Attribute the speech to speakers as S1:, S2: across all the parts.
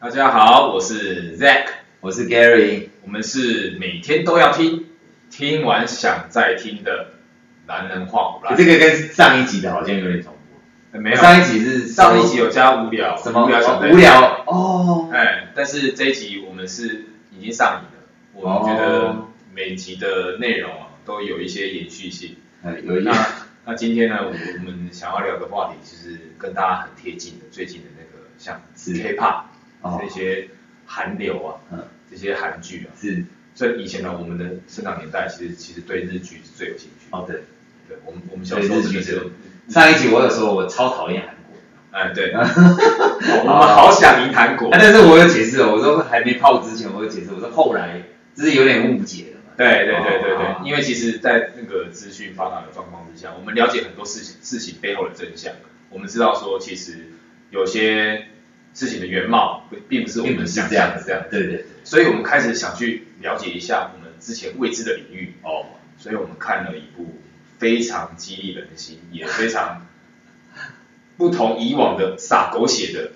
S1: 大家好，我是 Zack，
S2: 我是 Gary，
S1: 我们是每天都要听，听完想再听的男人话胡乱。
S2: 这个跟上一集的好像有点重复。
S1: 呃没有，
S2: 上一集是
S1: 上一集有加无聊，
S2: 什么
S1: 无聊想再
S2: 无聊哦，
S1: 哎，但是这一集我们是已经上瘾了，我
S2: 哦
S1: 们觉得每集的内容啊都有一些延续性。
S2: 哎有一
S1: 那那今天呢，我我们想要聊的话题就是跟大家很贴近的最近的那个像
S2: 是
S1: K-pop
S2: 哦
S1: 这些韩流啊，
S2: 嗯
S1: 这些韩剧啊，
S2: 是
S1: 所以以前呢，我们的生长年代其实其实对日剧是最有兴趣的。
S2: 哦对，
S1: 对，我们我们小时候真的是，
S2: 上一集我有说我超讨厌韩国的，
S1: 哎 对，我们好想赢韩国
S2: 啊，。但是我有解释哦，我说还没泡之前我有解释，我说后来就是有点误解了嘛。
S1: 对对对对
S2: 哦
S1: 对，因为其实，在那个资讯发达的状况之下，我们了解很多事情事情背后的真相。我们知道说，其实有些事情的原貌不并不是我
S2: 并
S1: 们
S2: 不是
S1: 想
S2: 这
S1: 象
S2: 样
S1: 的
S2: 子
S1: 这样，
S2: 对对对，
S1: 所以我们开始想去了解一下我们之前未知的领域。
S2: 哦，
S1: 所以我们看了一部非常激励人心，也非常不同以往的撒狗血的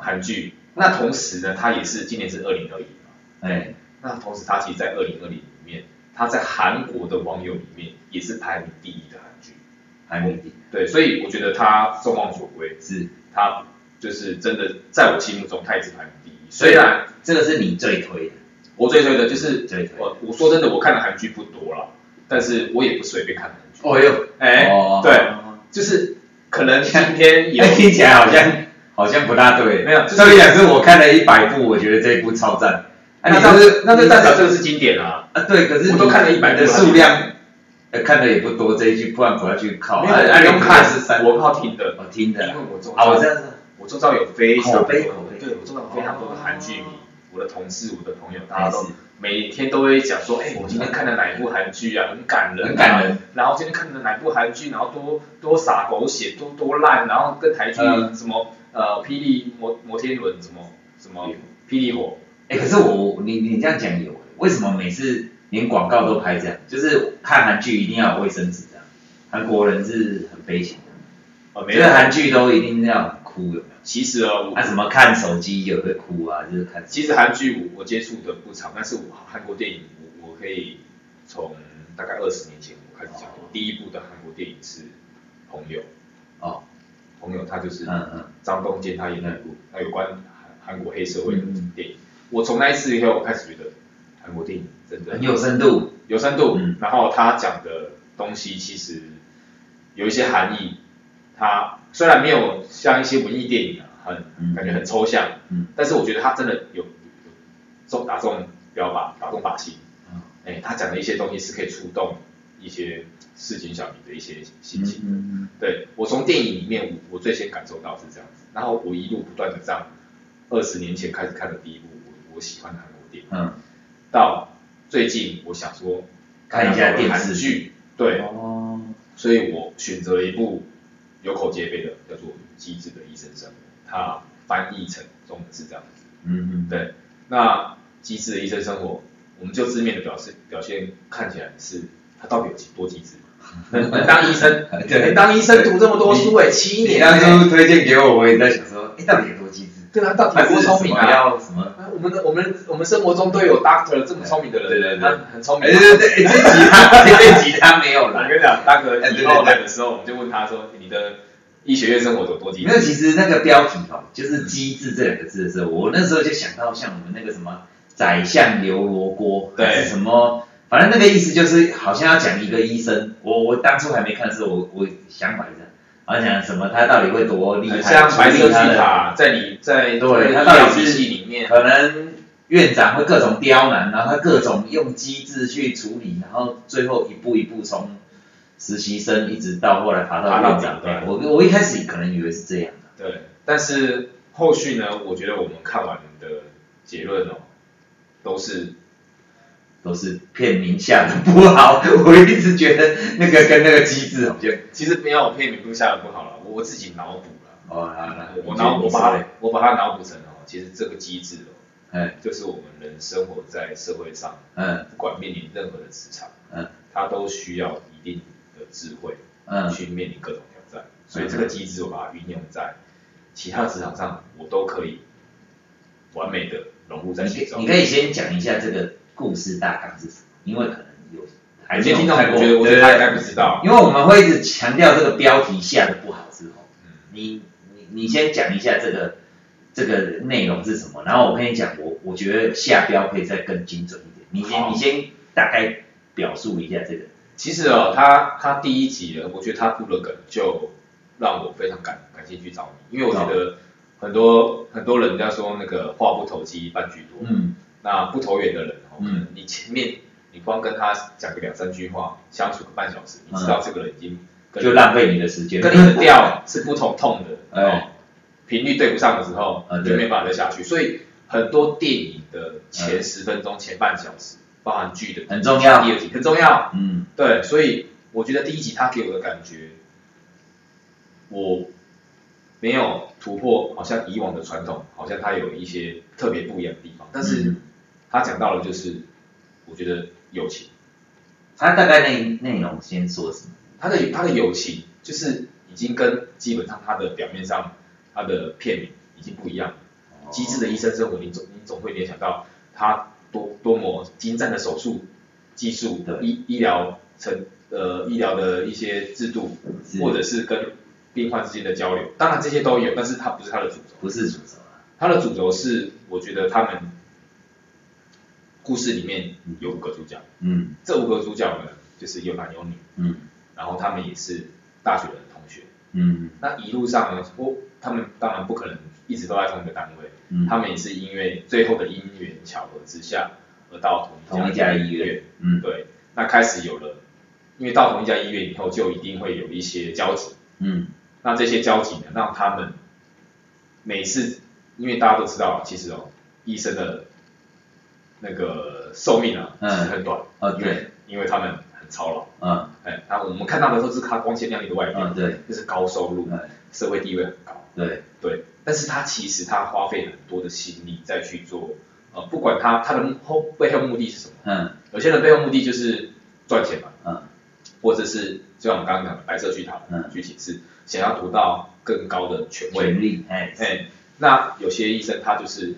S1: 韩剧。那同时呢，它也是今年是二零二一
S2: 哎，
S1: 那同时，它其实在二零二零里面，它在韩国的网友里面也是排名第一的韩剧。
S2: 还没定
S1: 对，所以我觉得它众望所归，
S2: 是，
S1: 它就是真的在我心目中它也是排名第一。虽然
S2: 这个是你最推的，
S1: 我最推的就是
S2: 最推
S1: 我我说真的，我看的韩剧不多了，但是我也不随便看韩剧。
S2: 哦哟，
S1: 哎、
S2: 哦
S1: 对，就是可能今天有
S2: 哎 听起来好像好像不大对，
S1: 没有就是
S2: 照理讲是我看了一百部，我觉得这一部超赞，啊，你不是
S1: 哎那就
S2: 你
S1: 代表这个是经典啊。
S2: 啊，对，可是
S1: 我
S2: 你
S1: 都看了100
S2: 你
S1: 部
S2: 的
S1: 了
S2: 数量，呃，看的也不多，这一句不然不要去靠，
S1: 没
S2: 啊
S1: 有，
S2: 啊
S1: 不用
S2: 你
S1: 看
S2: 是三，，
S1: 我靠听的，
S2: 我听的
S1: 因为我周
S2: 啊，我这
S1: 遭
S2: 样子，
S1: 我周遭有非常
S2: 口
S1: 多的
S2: 碑口碑
S1: 对我周遭有非常多的韩剧迷，我的同事、我的朋友，大家
S2: 还是
S1: 都每天都会讲说，哎，我今天看了哪一部韩剧啊，很感人，
S2: 很感人。
S1: 然后今天看了哪一部韩剧，然后多多洒狗血，多多烂，然后跟台剧
S2: 嗯
S1: 什么呃，霹雳摩摩天轮什么什么霹雳火，
S2: 哎，可是我你你这样讲有，为什么每次连广告都拍这样？就是看韩剧一定要有卫生纸这样，韩国人是很悲情的，
S1: 呃，没
S2: 这
S1: 有
S2: 个。韩剧都一定要哭有没有？
S1: 其实啊，我
S2: 啊，什么看手机有会哭啊，就是看手机
S1: 其实韩剧我我接触的不长，但是我韩国电影我我可以从大概二十年前我开始讲。
S2: 哦
S1: 第一部的韩国电影是《朋友》，
S2: 哦，
S1: 朋友他就是
S2: 嗯嗯，
S1: 张东健他演那一部，那有关韩韩国黑社会的
S2: 嗯
S1: 电影。我从那一次以后，我开始觉得韩国电影真的
S2: 很有深度，
S1: 有深度，
S2: 嗯
S1: 然后他讲的东西其实有一些含义，他虽然没有像一些文艺电影啊，很、
S2: 嗯
S1: 感觉很抽象，
S2: 嗯
S1: 但是我觉得他真的有有有中打中标靶，打中靶心，
S2: 嗯
S1: 哎、他讲的一些东西是可以触动一些市井小民的一些心情。
S2: 嗯
S1: 对我从电影里面我我最先感受到是这样子，然后我一路不断的这样，二十年前开始看的第一部我我喜欢的韩国电影。
S2: 嗯嗯，
S1: 到最近我想说
S2: 看一下电视
S1: 韩剧，对，
S2: 哦，
S1: 所以我选择了一部有口皆碑的，叫做《机智的医生生活》，它翻译成中文是这样子。
S2: 嗯嗯，
S1: 对，那《机智的医生生活》，我们就字面的表示表现看起来是它到底有几多机智？ 能能当医生，
S2: 对
S1: 能当医生读这么多书哎，七
S2: 你
S1: 年
S2: 当
S1: 哎，
S2: 初推荐给我，我也在想说，哎，到底有多机智？
S1: 对啊，到底
S2: 他
S1: 有多
S2: 是
S1: 聪
S2: 什
S1: 明
S2: 么
S1: 啊？
S2: 要什么？
S1: 啊我们的我们我们生活中都有 doctor 这么聪明的人，
S2: 对对对
S1: 他很聪明啊
S2: 哎，。对对，这集 他这集他没有
S1: 我
S2: 来。
S1: 跟你讲，大哥
S2: 哎对
S1: 以
S2: 对
S1: 后来的时候，我们就问他说：“你的医学院生活有多低
S2: 没有，其实那个标题哦，就是“机智”这两个字的时候，我那时候就想到像我们那个什么宰相刘罗锅，
S1: 对
S2: 还是什么，反正那个意思就是好像要讲一个医生。我我当初还没看的时候，我我想法是这样，好像讲什么他到底会多厉害，
S1: 很像白
S2: 处
S1: 色
S2: 理
S1: 巨
S2: 他的
S1: 塔，在你在
S2: 对
S1: 他
S2: 他
S1: 医
S2: 到
S1: 疗
S2: 底
S1: 体
S2: 是
S1: 系里面，
S2: 可能院长会各种刁难，然后他各种用机制去处理，然后最后一步一步从实习生一直到后来爬到
S1: 爬到
S2: 院
S1: 长
S2: 长。
S1: 官
S2: 我我一开始可能以为是这样的，
S1: 对。但是后续呢，我觉得我们看完的结论哦，都是
S2: 都是骗名下的不好。我一直觉得那个跟那个机制好像，
S1: 其实没有配名录下的不好了，我我自己脑补了。
S2: 哦，好了
S1: 我脑我把
S2: 了
S1: 它，我把它脑补成哦，其实这个机制哦，
S2: 嗯
S1: 就是我们人生活在社会上，
S2: 嗯
S1: 不管面临任何的职场，
S2: 嗯，
S1: 它它都需要一定的智慧
S2: 嗯
S1: 去面临各种挑战，所以这个机制我把它运用在其他职场上，我都可以完美的融入在
S2: 你
S1: 其
S2: 可
S1: 中。
S2: 你可以先讲一下这个故事大纲是什么，因为可能有还没
S1: 有些
S2: 有
S1: 听众
S2: 看
S1: 我
S2: 过，
S1: 觉得，我觉
S2: 对
S1: 得他应该不知道。
S2: 因为我们会一直强调这个标题下的不好之后，
S1: 嗯
S2: 你你你先讲一下这个这个内容是什么，然后我跟你讲，我我觉得下标可以再更精准一点。你先
S1: 好
S2: 你先大概表述一下这个，
S1: 其实哦，他他第一集呢，我觉得他铺了梗，就让我非常感感兴趣找你，因为我觉得很多、很多人家说那个话不投机半句多，
S2: 嗯
S1: 那不投缘的人哦，
S2: 嗯
S1: 可能你前面你光跟他讲个两三句话，相处个半小时，你知道这个人已经跟
S2: 就浪费你的时间，
S1: 跟你的 调是不同痛的，
S2: 哎
S1: 哦，频率对不上的时候
S2: 嗯，
S1: 就
S2: 对
S1: 没办法再下去。所以很多电影的前十分钟、前半小时，包含剧的
S2: 嗯很重要
S1: 第二集很重要。
S2: 嗯
S1: 对，所以我觉得第一集他给我的感觉，我没有突破，好像以往的传统，好像他有一些特别不一样的地方。但是
S2: 嗯
S1: 他讲到了就是，我觉得友情，
S2: 他大概内内容先说什么？
S1: 他的他的友情就是已经跟基本上他的表面上他的片名已经不一样了。
S2: 哦
S1: 机智的医生生活，你总你总会联想到他多多么精湛的手术技术
S2: 对、
S1: 医医疗成呃医疗的一些制度，
S2: 是
S1: 或者是跟病患之间的交流，当然这些都有，但是它不是他的主轴，
S2: 不是主轴啊，
S1: 他的主轴是我觉得他们故事里面有五个主角，
S2: 嗯
S1: 这五个主角呢就是有男有女，
S2: 嗯
S1: 然后他们也是大学的同学，
S2: 嗯
S1: 那一路上呢，我他们当然不可能一直都在同一个单位。
S2: 嗯，
S1: 他们也是因为最后的因缘巧合之下而到同
S2: 同
S1: 一
S2: 一
S1: 家
S2: 家
S1: 医
S2: 医
S1: 院
S2: 院。嗯
S1: 对，那开始有了，因为到同一家医院以后，就一定会有一些交集。
S2: 嗯
S1: 那这些交集呢，让他们每次，因为大家都知道，其实哦，医生的那个寿命啊，其
S2: 嗯
S1: 实很短。
S2: 哦
S1: 因为因为他们很操劳。
S2: 嗯
S1: 哎，那我们看到的都是他光鲜亮丽的外表，
S2: 嗯对
S1: 就是高收入，
S2: 嗯
S1: 社会地位很高。
S2: 对
S1: 对，但是他其实他花费很多的心力再去做，呃，不管他他的后背后目的是什么，
S2: 嗯
S1: 有些人背后目的就是赚钱嘛，
S2: 嗯
S1: 或者是就像我们刚刚讲的白色巨塔
S2: 嗯
S1: 剧情是想要得到更高的权威，
S2: 权力哎
S1: 哎、那有些医生他就是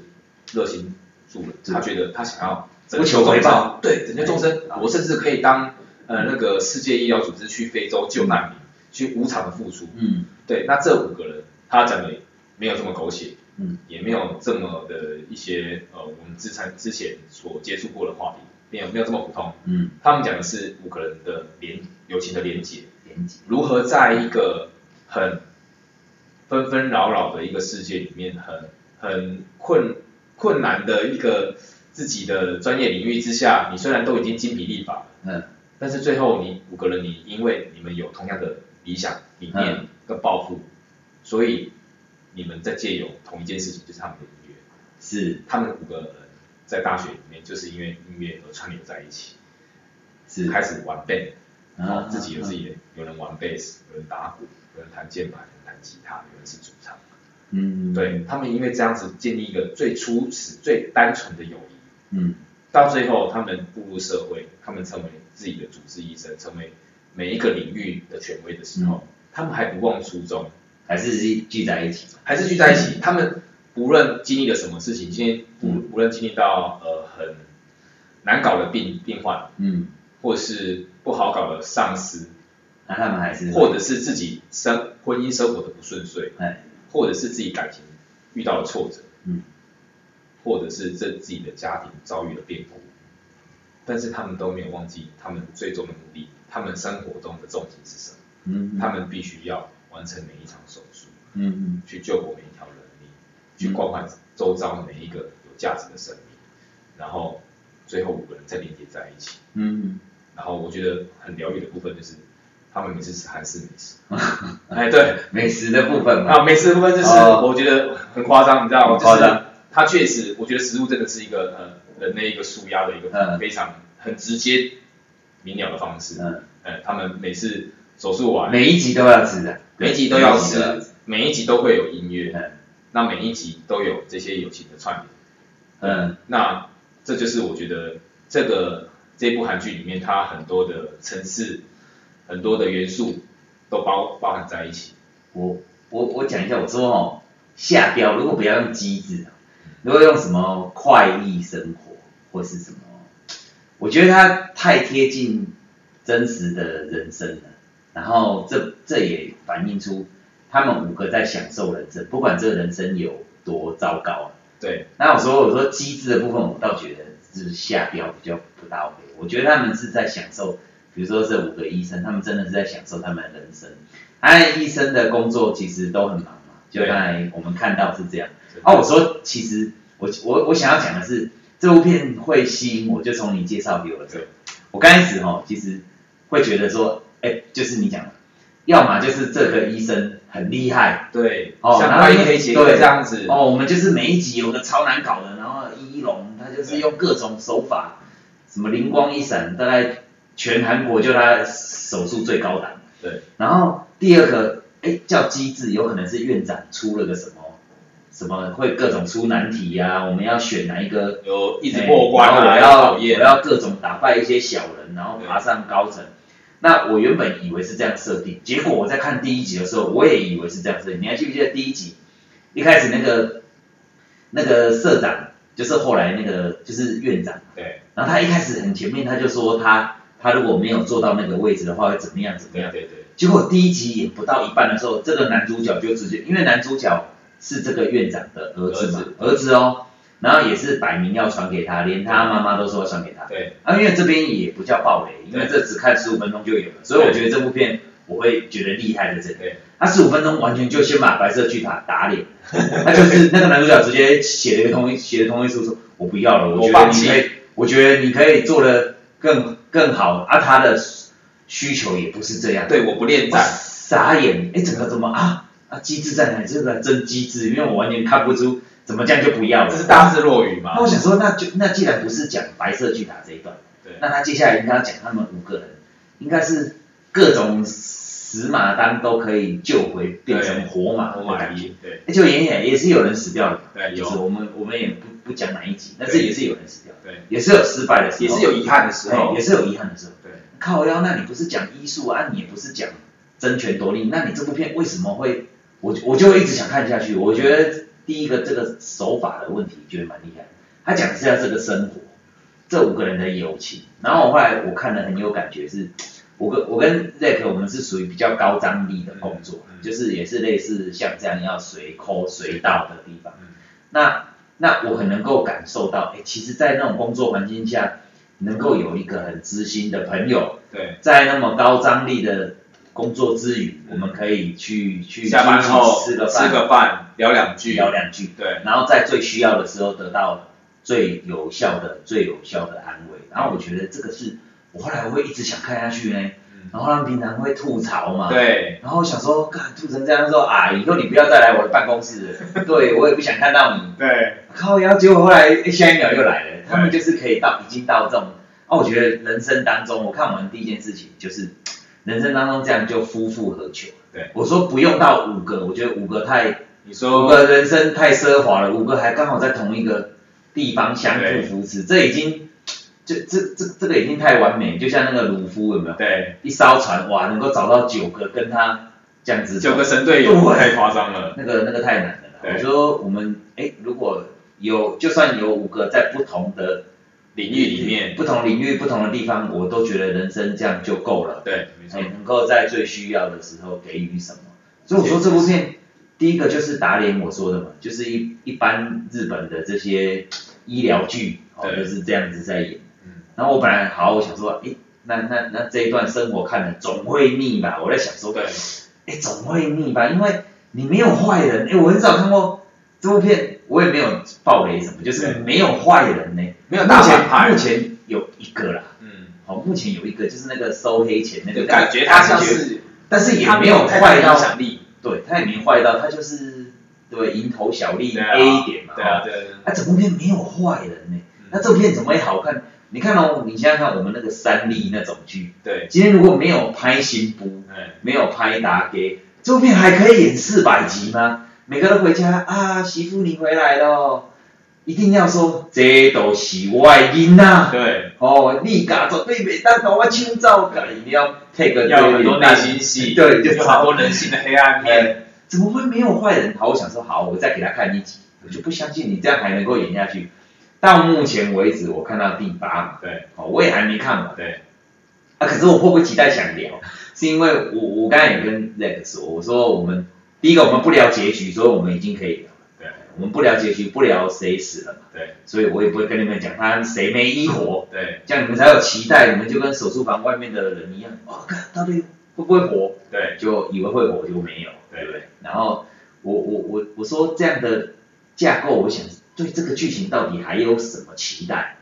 S1: 热心助人，
S2: 是
S1: 他觉得他想要
S2: 不求回报，哎
S1: 对，拯救众生，我甚至可以当呃那个世界医疗组织去非洲救难民，去无偿的付出，
S2: 嗯
S1: 对，那这五个人他讲的没有这么狗血，
S2: 嗯
S1: 也没有这么的一些呃我们之前之前所接触过的话题，没有没有这么普通。
S2: 嗯
S1: 他们讲的是五个人的连友情的连结，
S2: 连接
S1: 如何在一个很纷纷扰扰的一个世界里面，很很困困难的一个自己的专业领域之下，你虽然都已经精疲力乏了，
S2: 嗯
S1: 但是最后你五个人，你因为你们有同样的理想、理念
S2: 嗯
S1: 跟抱负，所以你们在借由同一件事情，就是他们的音乐。
S2: 是
S1: 他们五个人在大学里面就是因为音乐而串联在一起，
S2: 是
S1: 开始玩 band，然后自己有自
S2: 己
S1: 己的，有人玩 bass，有人打鼓，有人弹键盘，有人弹吉他，有人是主唱。
S2: 嗯
S1: 对他们因为这样子建立一个最初始、最单纯的友谊，
S2: 嗯
S1: 到最后，他们步入社会，他们成为自己的主治医生，成为每一个领域的权威的时候，他们还不忘初衷，
S2: 还是聚聚在一起
S1: 还是聚在一起。他们无论经历了什么事情，今天无无论经历到呃很难搞的病病患，
S2: 嗯
S1: 或是不好搞的上司，
S2: 那他们还是
S1: 或者是自己生婚姻生活的不顺遂，
S2: 哎
S1: 或者是自己感情遇到了挫折，
S2: 嗯
S1: 或者是这自己的家庭遭遇了变故，但是他们都没有忘记他们最终的目的，他们生活中的重心是什么？
S2: 嗯
S1: 他们必须要完成每一场手术，
S2: 嗯
S1: 去救活每一条人命，去关怀周遭每一个有价值的生命，然后最后五个人再连接在一起。
S2: 嗯嗯
S1: 然后我觉得很疗愈的部分就是，他们每次吃韩式美食，哎对，
S2: 美食的部分嘛
S1: 啊，美食的部分就是
S2: 哦
S1: 我觉得很夸张，你知道吗？
S2: 很夸张
S1: 就是它确实，我觉得食物真的是一个呃人类一个舒压的一个
S2: 嗯
S1: 非常很直接明了的方式。
S2: 嗯
S1: 呃，他们每次手术完，
S2: 每一集都要吃的
S1: 每一集都要
S2: 每一集
S1: 吃
S2: 都要，
S1: 每一集都会有音乐，
S2: 嗯
S1: 那每一集都有这些友情的串联。
S2: 嗯
S1: 那这就是我觉得这个这部韩剧里面，它很多的城市、很多的元素都包包含在一起。
S2: 我我我讲一下，我说哦，下标如果不要用机制啊，如果用什么快意生活或是什么，我觉得它太贴近真实的人生了。然后这这也反映出他们五个在享受人生，不管这个人生有多糟糕。
S1: 对，
S2: 那我说我说机制的部分，我倒觉得就是下标比较不到位。我觉得他们是在享受，比如说这五个医生，他们真的是在享受他们的人生。哎，医生的工作其实都很忙嘛，就刚才我们看到是这样。哦，我说其实我我我想要讲的是，这部片会吸引我，就从你介绍给我的时候，我刚开始哦，其实会觉得说，哎，就是你讲的，要么就是这个医生很厉害，
S1: 对，
S2: 哦
S1: 像
S2: 然后
S1: 白
S2: 因为
S1: 黑杰克
S2: 对
S1: 这样子，
S2: 哦，我们就是每一集有个超难搞的，然后一龙他就是用各种手法，什么灵光一闪，大概全韩国就他手速最高档。
S1: 对，
S2: 然后第二个，哎，叫机智，有可能是院长出了个什么，什么会各种出难题呀、我们要选哪一个，
S1: 有一直
S2: 哎
S1: 过关啊，
S2: 然后
S1: 讨
S2: 我要
S1: 厌
S2: 我，要各种打败一些小人，然后爬上高层。那我原本以为是这样设定，结果我在看第一集的时候，我也以为是这样设定。你还记不记得第一集一开始那个那个社长，就是后来那个就是院长，
S1: 对，
S2: 然后他一开始很前面他就说他他如果没有做到那个位置的话会怎么样怎么
S1: 对
S2: 样，
S1: 对对，
S2: 结果第一集演不到一半的时候，这个男主角就直接，因为男主角是这个院长的儿子嘛，儿子哦，然后也是摆明要传给他，连他妈妈都说要传给他。
S1: 对
S2: 啊，因为这边也不叫暴雷，因为这只看十五分钟就有了，所以我觉得这部片我会觉得厉害的这个，
S1: 对
S2: 他十五分钟完全就先把白色巨塔打脸，他就是那个男主角直接写了一个同意，写了同意书说，我不要了，我觉
S1: 我
S2: 得
S1: 放
S2: 你
S1: 弃
S2: 可以，我觉得你可以做的更更好，啊，他的需求也不是这样，
S1: 对，我不恋
S2: 我
S1: 战，
S2: 傻眼，哎，整个怎么啊啊机智在哪里？这个真机智，因为我完全看不出怎么这样就不要了。啊
S1: 这是大智若愚嘛
S2: 那？我想说，那就那既然不是讲白色巨塔这一段，
S1: 对
S2: 那他接下来应该要讲他们五个人，应该是各种死马当都可以救回，变成活马
S1: 我
S2: 的
S1: 满
S2: 感觉。哎
S1: 意，对
S2: 诶就也也也是有人死掉了，
S1: 对
S2: 就是
S1: 有，
S2: 我们我们也不不讲哪一集，但是
S1: 对
S2: 也是有人死掉，
S1: 对，
S2: 也是有失败的时候，
S1: 也是有遗憾的时
S2: 诶
S1: 候
S2: 也，是有遗憾的时候。
S1: 对，
S2: 靠腰，那你不是讲医术啊？你也不是讲争权夺利，那你这部片为什么会？我我就一直想看下去。我觉得第一个这个手法的问题，觉得蛮厉害。他讲的是要这个生活，这五个人的友情。然后我后来我看了很有感觉是，我跟我跟 Zack 我们是属于比较高张力的工作，
S1: 嗯嗯
S2: 就是也是类似像这样要随抠随到的地方。
S1: 嗯
S2: 那那我很能够感受到，哎，其实，在那种工作环境下，能够有一个很知心的朋友，
S1: 对，
S2: 在那么高张力的工作之余，
S1: 嗯
S2: 我们可以去去
S1: 下班后
S2: 吃个
S1: 吃
S2: 饭，
S1: 个饭，聊两句，
S2: 聊两句，
S1: 对
S2: 然后在最需要的时候得到最有效的、最有效的安慰。然后我觉得这个是我后来会一直想看下去呢。
S1: 嗯
S2: 然后他们平常会吐槽嘛，
S1: 对，
S2: 然后我想说，干吐成这样，说啊，以后你不要再来我的办公室了，对我也不想看到你。
S1: 对，
S2: 靠腰，结果后来诶下一秒又来了，他们就是可以到已经到这种，啊，我觉得人生当中，我看完第一件事情就是，人生当中这样就夫复何求？
S1: 对，
S2: 我说不用到五个，我觉得五个太
S1: 你
S2: 五
S1: 说
S2: 个人生太奢华了，五个还刚好在同一个地方相互
S1: 对
S2: 扶持，这已经就这这这个已经太完美，就像那个鲁夫有没有？
S1: 对，
S2: 一艘船哇，能够找到九个跟他这样子走
S1: 九个神队友
S2: 对
S1: 太夸张了，
S2: 那个那个太难了啦。
S1: 对
S2: 我说我们哎，如果有就算有五个在不同的
S1: 领域里面，
S2: 不同领域、不同的地方，我都觉得人生这样就够了。
S1: 对，没错
S2: 哎，，能够在最需要的时候给予什么？所以我说这部片第一个就是打脸我说的嘛，就是一一般日本的这些医疗剧哦，
S1: 对
S2: 就是这样子在演。
S1: 嗯，
S2: 然后我本来好，我想说，哎，那那那这一段生活看了总会腻吧？我在想说，
S1: 对，
S2: 哎，总会腻吧，因为你没有坏人。哎，我很少看过这部片，我也没有爆雷什么，就是
S1: 对
S2: 没有坏人呢。
S1: 没有大
S2: 目前
S1: 反派
S2: 目前有一个啦，
S1: 嗯，
S2: 好、目前有一个就是那个收黑钱那个，
S1: 就感觉他像
S2: 感觉，
S1: 是
S2: 但是也
S1: 他
S2: 没有
S1: 太大
S2: 坏
S1: 的
S2: 到
S1: 影，响力，
S2: 对，他也没坏到，他就是对蝇头小利
S1: 对啊
S2: A 一点嘛，
S1: 对啊，
S2: 哦，
S1: 对对，对
S2: 啊，整部片没有坏人呢，
S1: 嗯
S2: 那这部片怎么会好看？你看哦，你想想看，我们那个三立那种剧，
S1: 对，
S2: 今天如果没有拍新部，
S1: 哎，
S2: 没有拍打给，这部片还可以演四百集吗？每个人回家啊，媳妇你回来喽，一定要说这都是我的囡仔，
S1: 对，
S2: 哦，你家绝对袂当把我抢走，噶你要 take 个
S1: 要有很多内心戏，
S2: 对，就
S1: 有
S2: 超
S1: 很多人性的黑暗面，
S2: 哎，怎么会没有坏人？好，我想说好，我再给他看一集，我就不相信你这样还能够演下去。到目前为止，我看到第八嘛，
S1: 对
S2: 哦，我也还没看完
S1: 对，
S2: 啊。可是我迫不及待想聊，是因为我我刚才也跟 Zack 说，我说我们第一个我们不聊结局，所以我们已经可以聊了。
S1: 对
S2: 我们不聊结局，不聊谁死了嘛，
S1: 对
S2: 所以我也不会跟你们讲他谁没医活，
S1: 对
S2: 这样你们才有期待，你们就跟手术房外面的人一样，哦，看到底会不会活？
S1: 对
S2: 就以为会火就没有，
S1: 对
S2: 对不对？然后我我我我说这样的架构，我想对这个剧情到底还有什么期待？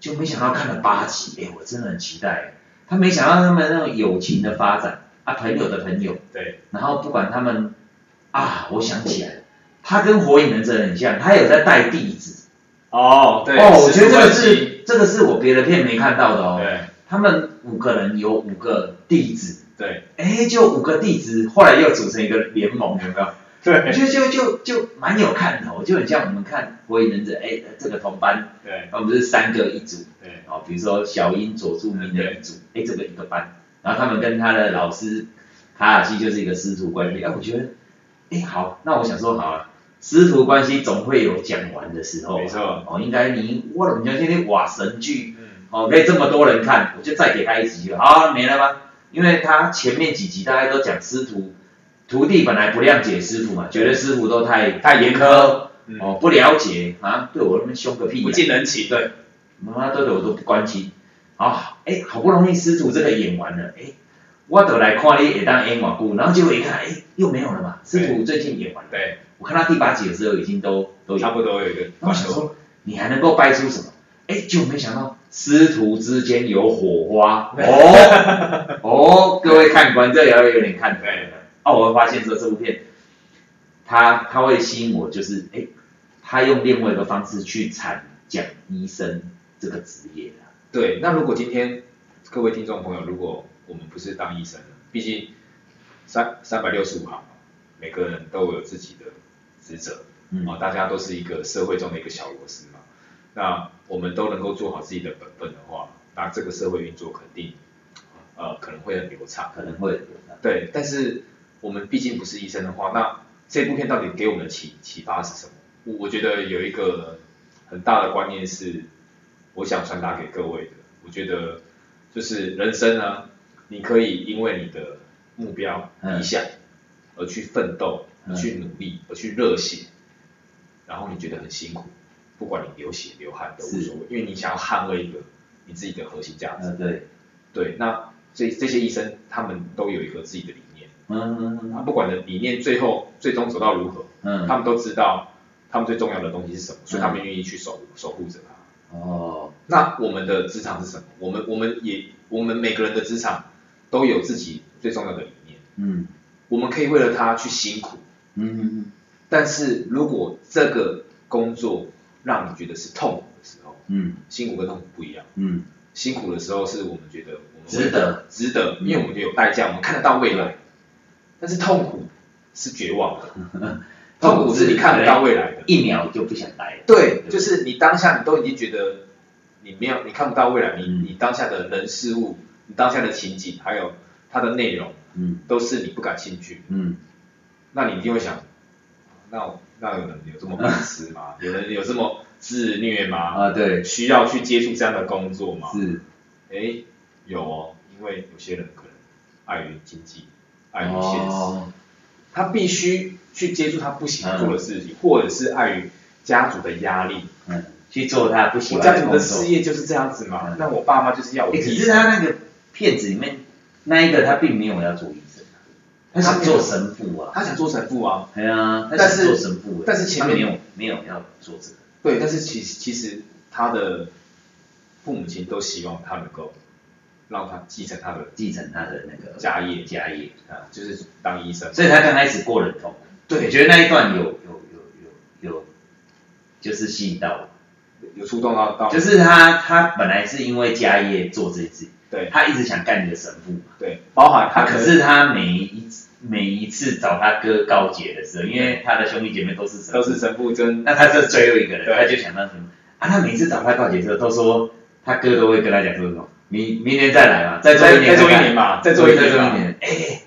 S2: 就没想到看了八集，哎，我真的很期待。他没想到他们那种友情的发展啊，朋友的朋友，
S1: 对
S2: 然后不管他们啊，我想起来了，他跟火影忍者很像，他有在带弟子。
S1: 哦对，
S2: 哦，我觉得这个
S1: 史诗
S2: 是这个是我别的片没看到的
S1: 关
S2: 哦。
S1: 系
S2: 他们五个人有五个弟子，
S1: 对
S2: 哎，就五个弟子，后来又组成一个联盟，有没有？
S1: 对对
S2: 就就就就蛮有看头，就很像我们看《火影忍者》，哎，这个同班，
S1: 对
S2: 他们不是三个一组，
S1: 对
S2: 哦，比如说小樱、佐助、鸣人一组，哎，这个一个班，然后他们跟他的老师卡卡西就是一个师徒关系，哎，我觉得，哎，好，那我想说好啊，师徒关系总会有讲完的时候啊，
S1: 没错
S2: 哦，应该你我怎么讲，今天哇神剧
S1: 嗯
S2: 哦，可以这么多人看，我就再给他一集就好、啊，没了吗？因为他前面几集大概都讲师徒徒弟本来不谅解师傅嘛，觉得师傅都太太严苛，
S1: 嗯
S2: 哦，不了解啊，对我那么凶个屁、
S1: 不
S2: 呀
S1: 近人情，对
S2: 妈妈对我都不关心。啊，哎，好不容易师徒这个演完了，哎，我得来看你也当演完故，然后结果一看，哎，又没有了嘛，师徒最近演完了，
S1: 对，
S2: 我看到第八集的时候已经都都有
S1: 差。不多有一个
S2: 我想说，你还能够掰出什么？哎，就没想到师徒之间有火 花哦哦，各位看官，这也要有点看头
S1: 对
S2: 哦，我发现说这部片，它它会吸引我，就是哎，他用另外一个方式去阐讲医生这个职业啊
S1: 对，那如果今天各位听众朋友，如果我们不是当医生的，毕竟三三百六十五行，每个人都有自己的职责，
S2: 嗯
S1: 哦，大家都是一个社会中的一个小螺丝嘛。那我们都能够做好自己的本分的话，那这个社会运作肯定，呃，可能会很流畅。
S2: 可能会有
S1: 对，但是我们毕竟不是医生的话，那这部片到底给我们的启启发是什么？我我觉得有一个很大的观念是，我想传达给各位的。我觉得就是人生呢，你可以因为你的目标、
S2: 嗯
S1: 理想而去奋斗、
S2: 嗯
S1: 去努力、而去热血，然后你觉得很辛苦，不管你流血流汗都无所谓，因为你想要捍卫一个你自己的核心价值。
S2: 呃对，
S1: 对，那这这些医生他们都有一个自己的理念，
S2: 嗯嗯
S1: 他不管的理念最后最终走到如何，
S2: 嗯
S1: 他
S2: 嗯
S1: 们都知道他们最重要的东西是什么，所以他们愿意去守护守护着它。
S2: 哦
S1: 那我们的职场是什么？我们我们也我们每个人的职场都有自己最重要的理念，
S2: 嗯
S1: 我们可以为了它去辛苦，
S2: 嗯嗯
S1: 但是如果这个工作让你觉得是痛苦的时候，
S2: 嗯
S1: 辛苦跟痛苦不一样。
S2: 嗯
S1: 辛苦的时候是我们觉得我们
S2: 值得，
S1: 值得，因为我们觉得有代价，我们看得到未来。但是痛苦是绝望的， 痛苦是你看不到未来的。
S2: 一秒就不想待了，
S1: 对，就是你当下你都已经觉得你没有，你看不到未来，你
S2: 嗯
S1: 你当下的人事物，你当下的情景，还有它的内容，
S2: 嗯
S1: 都是你不感兴趣的。
S2: 嗯
S1: 那你一定会想，那我那有人有这么白痴 吗？有人有这么自虐吗？
S2: 啊对
S1: 需要去接触这样的工作吗？
S2: 是。
S1: 哎，有哦，因为有些人可能碍于经济，碍于现实，
S2: 哦
S1: 他必须去接触他不喜欢做的事情，或者是碍于家族的压力。
S2: 嗯，去做他不喜
S1: 我
S2: 欢
S1: 家
S2: 的
S1: 族
S2: 工
S1: 的事
S2: 作。
S1: 业就是这样子嘛
S2: 嗯，
S1: 那我爸妈就是要我
S2: 诶可
S1: 自己
S2: 是。他那个片子里面那一个他并没有要做医生啊，他想做神父啊。
S1: 他想做神父啊，
S2: 对啊，他
S1: 但
S2: 想
S1: 是
S2: 做神父欸，
S1: 但是前面
S2: 他没有没有要做这个。
S1: 对，但是其实其实他的父母亲都希望他能够让他继承他的
S2: 继承他的那个
S1: 家业
S2: 家业，
S1: 啊，就是当医生。
S2: 所以他刚开始过得很痛苦。
S1: 对
S2: 我觉得那一段有有有有有，就是吸引到
S1: 有触动到到
S2: 我，就是他他本来是因为家业做这件事，
S1: 对
S2: 他一直想干你的神父嘛，
S1: 对，包含
S2: 他可是他每一每一次找他哥告解的时候，因为他的兄弟姐妹都是神父
S1: 都是神父真
S2: 那他就最后一个人，
S1: 对
S2: 他就想到什么啊？他每次找他告解的时候，都说他哥都会跟他讲说什么，明明年再来嘛，再做一年
S1: 再
S2: 看看，
S1: 做一年吧再做一年吧
S2: 对再做一年。哎、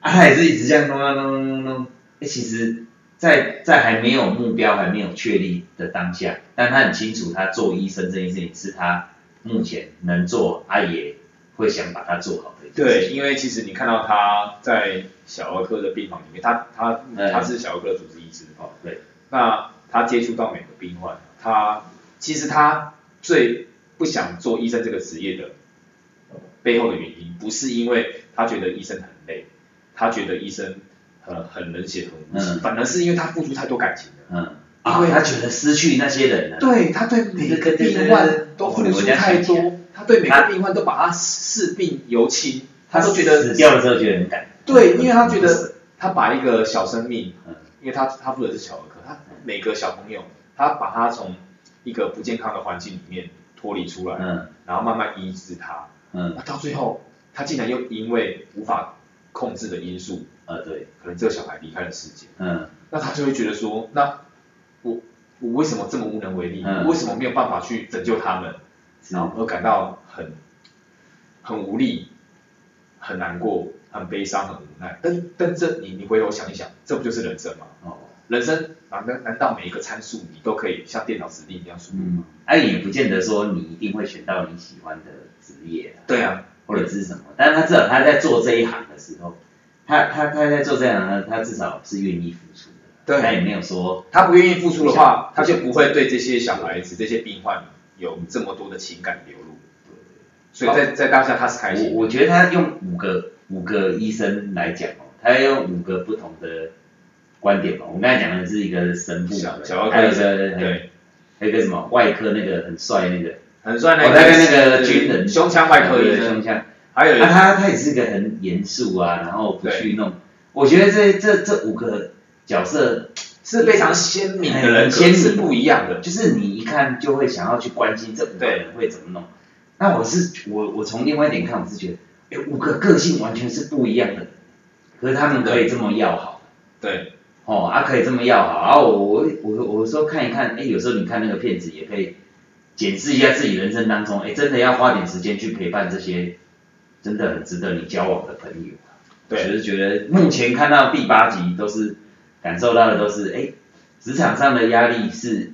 S2: 啊，他也是一直这样弄啊弄弄弄弄。哎、其实在在还没有目标、还没有确立的当下，但他很清楚，他做医生这件事情是他目前能做，他也会想把它做好的一件事
S1: 对，
S2: 情。
S1: 因为其实你看到他在小儿科的病房里面，他他
S2: 嗯
S1: 他是小儿科主治医师哦，
S2: 哦，对，
S1: 那他接触到每个病患，他其实他最不想做医生这个职业的背后的原因，不是因为他觉得医生很累，他觉得医生很很冷血很无情，
S2: 嗯
S1: 反而是因为他付出太多感情了。
S2: 嗯，
S1: 因
S2: 因
S1: 为
S2: 为他觉得失去那些人了。
S1: 对他对每个病患都付出太多，他对每个病患都把他视病由亲，他都觉
S2: 死
S1: 得
S2: 掉的时候觉得很感动。
S1: 对，因为他觉
S2: 嗯
S1: 得他把一个小生命，
S2: 嗯
S1: 因为他他负责是小儿科，他每个小朋友，他把他从一个不健康的环境里面脱离出来，
S2: 嗯
S1: 然后慢慢医治他，
S2: 嗯
S1: 那到最后他竟然又因为无法控制的因素，
S2: 呃对，
S1: 可能这个小孩离开了世界，
S2: 嗯
S1: 那他就会觉得说，那我我为什么这么无能为力？
S2: 嗯
S1: 我为什么没有办法去拯救他们？
S2: 是
S1: 然后而感到很很无力、很难过、很悲伤、很无奈。但但这你你回头想一想，这不就是人生吗？
S2: 哦
S1: 人生难道难道每一个参数你都可以像电脑指令一样输入
S2: 嗯
S1: 吗？，
S2: 哎、也不见得说你一定会选到你喜欢的职业啦，
S1: 对啊，
S2: 或者是什么，但是他至少他在做这一行的时候，他他他在做这一行的时候，他至少是愿意付出的，
S1: 对
S2: 他也没有说
S1: 他不愿意付出的话，
S2: 不想
S1: 他就不会对这些小孩子、这些病患有这么多的情感流露。所以在在当下他是开
S2: 我
S1: 心的，
S2: 我觉得他用五个五个医生来讲哦，他用五个不同的观点嘛。我们刚才讲的是啊一个神父嘛
S1: 小，小儿
S2: 还
S1: 科
S2: 有
S1: 医
S2: 一个
S1: 生，，对，
S2: 还有一个什么外科那个很帅那个，
S1: 很帅那
S2: 我
S1: 个
S2: 在跟那个军人
S1: 胸腔外科医
S2: 对
S1: 生
S2: 胸，腔，
S1: 还有一
S2: 啊，
S1: 个
S2: 他他也是个很严肃啊，然后不去弄。我觉得这这这五个角色，
S1: 是非常鲜明的
S2: 哎
S1: 人
S2: 鲜
S1: 格
S2: 明
S1: 是不一样的，
S2: 就是你一看就会想要去关心这五个人会怎么弄。那我是我我从另外一点看，我是觉得，哎，五个个性完全是不一样的，可是他们可以这么要好，
S1: 对。
S2: 哦啊可以这么要好，啊我我我我说看一看，哎有时候你看那个片子也可以检视一下自己人生当中，哎真的要花点时间去陪伴这些真的很值得你交往的朋友。只
S1: 对，
S2: 是觉得目前看到第八集都是感受到的都是，哎，职场上的压力是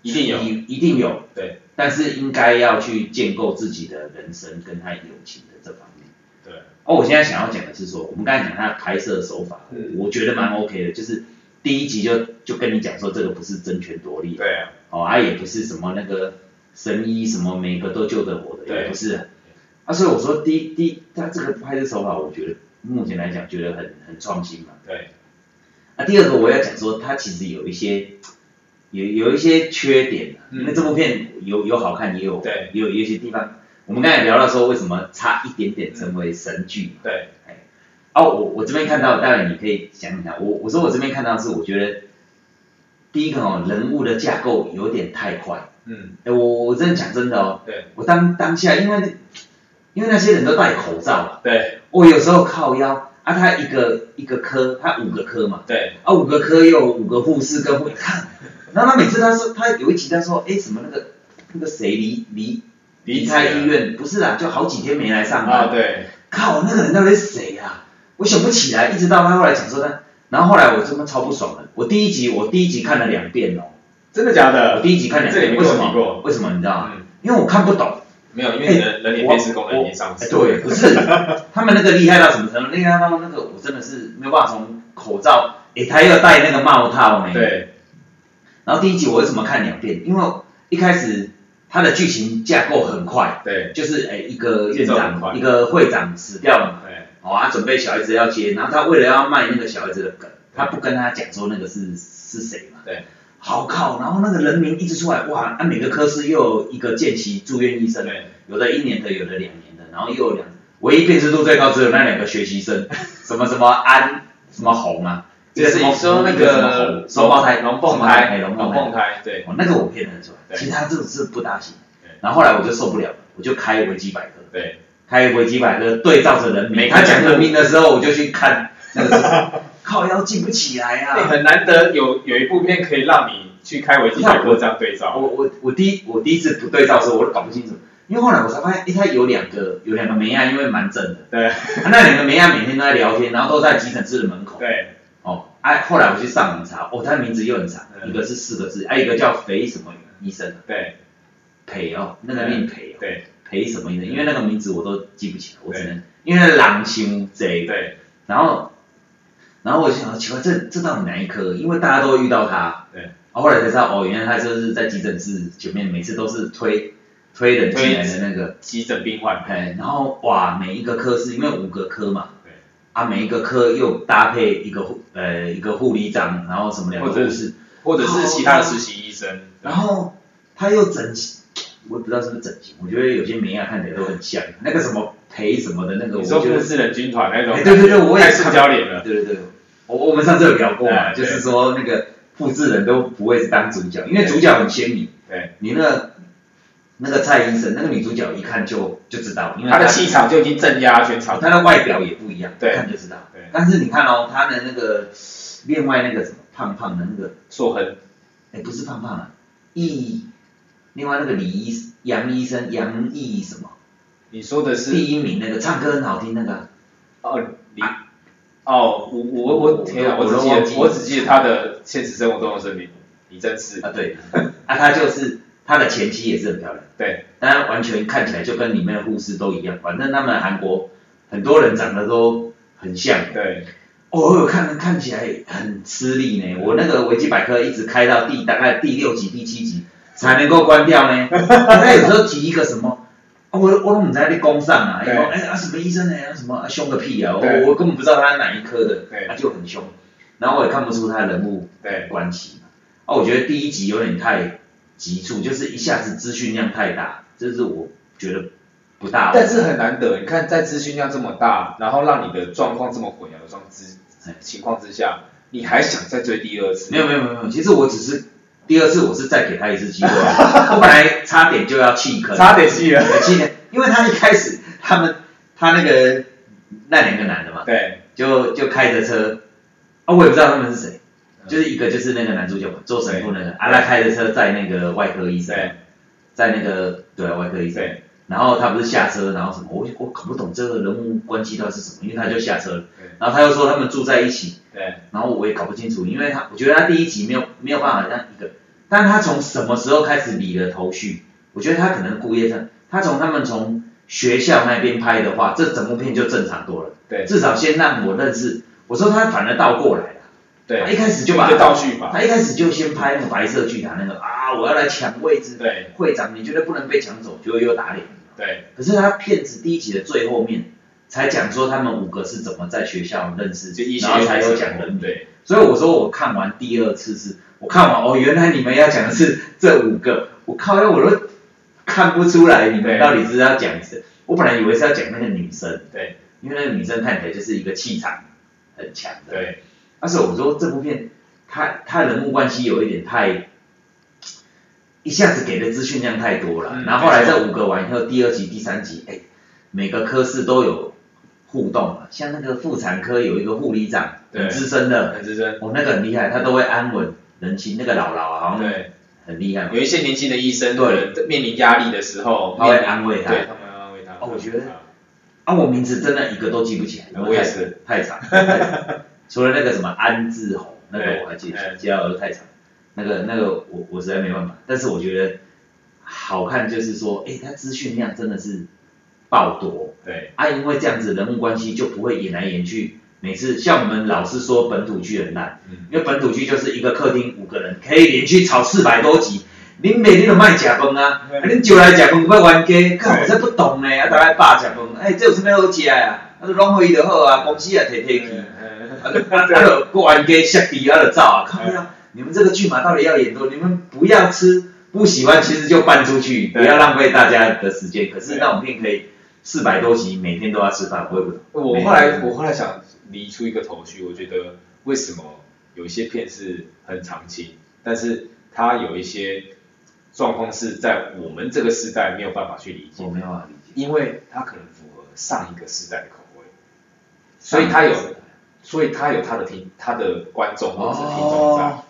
S1: 一定有
S2: 一一定有，
S1: 对
S2: 但是应该要去建构自己的人生跟他友情的这方面。
S1: 对，
S2: 哦，我现在想要讲的是说，我们刚才讲他拍摄手法，
S1: 嗯
S2: 我觉得蛮 OK 的，就是第一集就就跟你讲说这个不是争权夺利，
S1: 对啊，
S2: 哦，啊也不是什么那个神医什么每个都救得活的，
S1: 对
S2: 也不是。啊，所以我说第一第一，他这个拍摄手法，我觉得目前来讲觉得很很创新嘛。
S1: 对，
S2: 啊，第二个我要讲说，它其实有一些有有一些缺点、啊，
S1: 嗯
S2: 因为这部片有有好看，也有
S1: 对
S2: 也有有一些地方，我们刚才聊到说为什么差一点点成为神剧嘛。
S1: 对，
S2: 哦，我我这边看到，当然你可以想一想，我我说我这边看到是，我觉得第一个哦，人物的架构有点太快。
S1: 嗯，
S2: 哎，我我真的讲真的哦，
S1: 对，
S2: 我当当下因为那因为那些人都戴口罩啊，
S1: 对，
S2: 我有时候靠腰啊，他一个一个科，他五个科嘛，
S1: 对，
S2: 啊五个科又有五个护士跟护 看，然后他每次他说他有一集他说哎什么那个那个谁离离离开医院不是啦，就好几天没来上班，
S1: 啊，对，
S2: 靠，那个人到底是谁啊？我想不起来，一直到他后来讲说他，然后后来我真的超不爽的。我第一集我第一集看了两遍哦，
S1: 真的假
S2: 我
S1: 的？
S2: 第一集看两
S1: 这里
S2: 遍，
S1: 没
S2: 为什
S1: 跟我提
S2: 么？
S1: 过
S2: 为什么你知道吗？
S1: 嗯
S2: 因为我看不懂。
S1: 没有，因为人人脸辨识功能已经上
S2: 哎
S1: 市，
S2: 对，不是他们那个厉害到什么程度？厉害到那个我真的是没有办法从口罩，哎，他又戴那个帽套没？。
S1: 对，
S2: 然后第一集我为什么看两遍？因为一开始它的剧情架构很快，
S1: 对，
S2: 就是哎一个院
S1: 节奏很快
S2: 长一个会长死掉了嘛。
S1: 对，
S2: 哦，他准备小孩子要接，然后他为了要卖那个小孩子的梗，他不跟他讲说那个是是谁嘛。
S1: 对。
S2: 好靠，然后那个人名一直出来，哇，那、啊每个科室又有一个见习住院医生，
S1: 对，
S2: 有的一年的，有的两年的，然后又有两，唯一辨识度最高只有那两个学习生， 什么什么安什么红啊，
S1: 就是你说那个
S2: 双胞胎、
S1: 龙凤
S2: 哎
S1: 胎，
S2: 龙
S1: 龙
S2: 凤胎
S1: 凤胎，对，
S2: 哦，那个我骗得出来，
S1: 对
S2: 其实他这个是不大行
S1: 对。
S2: 然后后来我就受不了了，我就开维基百科，
S1: 对，
S2: 开维基百科对照着人名，
S1: 每个
S2: 他讲人名的时候，我就去看那个 时候靠腰记不起来
S1: 那
S2: 啊。
S1: 很难得有有一部片可以让你去开维基百科这样对照。
S2: 我我我第一我第一次不对照的时候，我都搞不清楚，因为后来我才发现，诶，他有两个有两个梅亚，因为蛮正的，
S1: 对
S2: 啊 那两个梅亚每天都在聊天，然后都在急诊室的门口。
S1: 对，
S2: 哦，哎、后来我去上网查，哦，他的名字又很长，
S1: 嗯
S2: 一个是四个字，哎、一个叫肥什么医生，
S1: 对
S2: 裴哦，那个念裴哦，
S1: 嗯对
S2: 裴什么医生，因为那个名字我都记不起来，我只
S1: 对
S2: 能因为狼心贼，
S1: 对
S2: 然后，然后我就想到奇怪，这这到底哪一科？因为大家都会遇到他，
S1: 对，
S2: 啊后来才知道，哦，原来他就是在急诊室前面，每次都是推推人进来的那个，
S1: 急诊病患，
S2: 哎，然后哇，每一个科室因为五个科嘛，
S1: 对
S2: 啊，每一个科又搭配一个护呃一个护理长，然后什么两个
S1: 或者
S2: 护士，
S1: 或者是其他的实习医生，
S2: 然后他又整形，我也不知道是不是整形，我觉得有些美亚看起来都很像那个什么裴什么的那个，我
S1: 你说
S2: 觉
S1: 不
S2: 得
S1: 是人军团那种
S2: 哎
S1: 感觉，
S2: 对对对，我也
S1: 太
S2: 看
S1: 塑胶脸了，
S2: 对对对，我我们上次有聊过嘛，
S1: 哎
S2: 就
S1: 对
S2: 是说那个复制人都不会是当主角，因为主角很鲜明，
S1: 对，
S2: 你那个那个蔡医生那个女主角一看就就知道，因为
S1: 他的气场就已经镇压全场，
S2: 啊她的外表也不一样，
S1: 对
S2: 一看就知道
S1: 对。
S2: 但是你看哦，她的那个另外那个什么胖胖的那个，
S1: 硕亨，
S2: 哎，不是胖胖啊，易，另外那个李医杨医生杨毅什么
S1: 你说的
S2: 第
S1: 是
S2: 一名那个唱歌很好听那个啊，
S1: 哦你。哦，我我我天啊！
S2: 我
S1: 我
S2: 都
S1: 只记
S2: 忘记
S1: 得我只记得他的现实生活中的生命，你真是
S2: 啊对，啊她就是她的前妻也是很漂亮。
S1: 对
S2: 当然完全看起来就跟里面的护士都一样，反正他们韩国很多人长得都很像。
S1: 对
S2: 哦，我有看看起来很吃力呢，我那个维基百科一直开到第大概第六集、第七集才能够关掉呢。他有时候提一个什么。啊我我都不知道在攻上啊，
S1: 对
S2: 然后哎啊什么医生呢、啊，什么、啊、凶个屁啊，
S1: 对
S2: 我我根本不知道他哪一科的，
S1: 对
S2: 他、就很凶，然后我也看不出他人物
S1: 对
S2: 关系嘛。啊，我觉得第一集有点太急促，就是一下子资讯量太大，这是我觉得不大。
S1: 但是很难得，你看在资讯量这么大，然后让你的状况这么混淆的状之
S2: 哎
S1: 情况之下，你还想再追第二次？
S2: 没有没有没有没有，其实我只是第二次我是再给他一次机会， 我本来差点就要弃坑，
S1: 差点气了。
S2: 我记得，因为他一开始他们他那个那两个男的嘛，
S1: 对
S2: 就就开着车，啊我也不知道他们是谁。
S1: 嗯
S2: 就是一个就是那个男主角嘛，做神父那个，啊，他开着车载那个外科医生，
S1: 对
S2: 在那个对啊外科医生，
S1: 对
S2: 然后他不是下车，然后什么，我我搞不懂这个人物关系到底是什么，因为他就下车了
S1: 对，
S2: 然后他又说他们住在一起，
S1: 对
S2: 然后我也搞不清楚，因为他我觉得他第一集没有没有办法让一个，但他从什么时候开始理了头绪？我觉得他可能故意他他从他们从学校那边拍的话，这整部片就正常多了，
S1: 对
S2: 至少先让我认识，我说他反而倒过来了，他一
S1: 对，
S2: 开始就把
S1: 啊一个倒叙法。
S2: 他一开始就先拍那个白色巨塔那个啊，我要来抢位置，
S1: 对
S2: 会长你绝对不能被抢走，结果又打脸。
S1: 对
S2: 可是他片子第一集的最后面才讲说他们五个是怎么在学校认识，
S1: 就医学
S2: 然后才有讲人名。
S1: 对
S2: 所以我说我看完第二次是，我看完哦，原来你们要讲的是这五个，我靠，我都看不出来你们
S1: 对
S2: 到底是要讲谁。我本来以为是要讲那个女生，
S1: 对
S2: 因为那个女生看起来就是一个气场很强的。
S1: 对
S2: 而且我说这部片，他他人物关系有一点太，一下子给的资讯量太多了。
S1: 嗯
S2: 然后后来
S1: 没错
S2: 这五个完以后，第二集、第三集，哎，每个科室都有互动了。像那个妇产科有一个护理长，
S1: 对
S2: 很资深的，
S1: 很资深。
S2: 哦，那个很厉害，他都会安稳人心。那个姥姥啊，好像
S1: 对，
S2: 很厉害嘛
S1: 有，一些年轻的医生，
S2: 对
S1: 对面临压力的时候，
S2: 他会
S1: 面临
S2: 安慰他。
S1: 对他们安慰他。
S2: 哦我觉得啊，我名字真的一个都记不起来，因为
S1: 我也
S2: 太
S1: 是
S2: 太长，太长除了那个什么安志宏，那个
S1: 对
S2: 我还记得，
S1: 嗯
S2: 接到太长，那个那个我我实在没办法，但是我觉得好看就是说，哎，他资讯量真的是爆多
S1: 对
S2: 啊，因为这样子人物关系就不会演来演去，每次像我们老是说本土剧很烂，
S1: 嗯
S2: 因为本土剧就是一个客厅五个人可以连续炒四百多集。恁每天都卖假崩啊！啊
S1: 嗯
S2: 恁就来假崩，要冤家，看我才不懂呢！啊，大家霸假崩，哎、这有什么好吃的啊？啊，就拢伊就好啊，公司也摕摕去，
S1: 嗯
S2: 啊，就啊，就过冤家下地啊，就走啊！靠呀，你们这个剧嘛，到底要演多？你们不要吃，不喜欢其实就搬出去，不
S1: 对
S2: 要浪费大家的时间。可是
S1: 对
S2: 那种片可以四百多集，每天都要吃饭，我也不懂。
S1: 我后来我后来想理出一个头绪，我觉得为什么有一些片是很长青，但是它有一些状况是在我们这个时代没有办法去理解
S2: 我，没有办法理解，
S1: 因为它可能符合上一个时代的口味，所以它有所以他有他的听他的观众或者是听众在。
S2: 哦，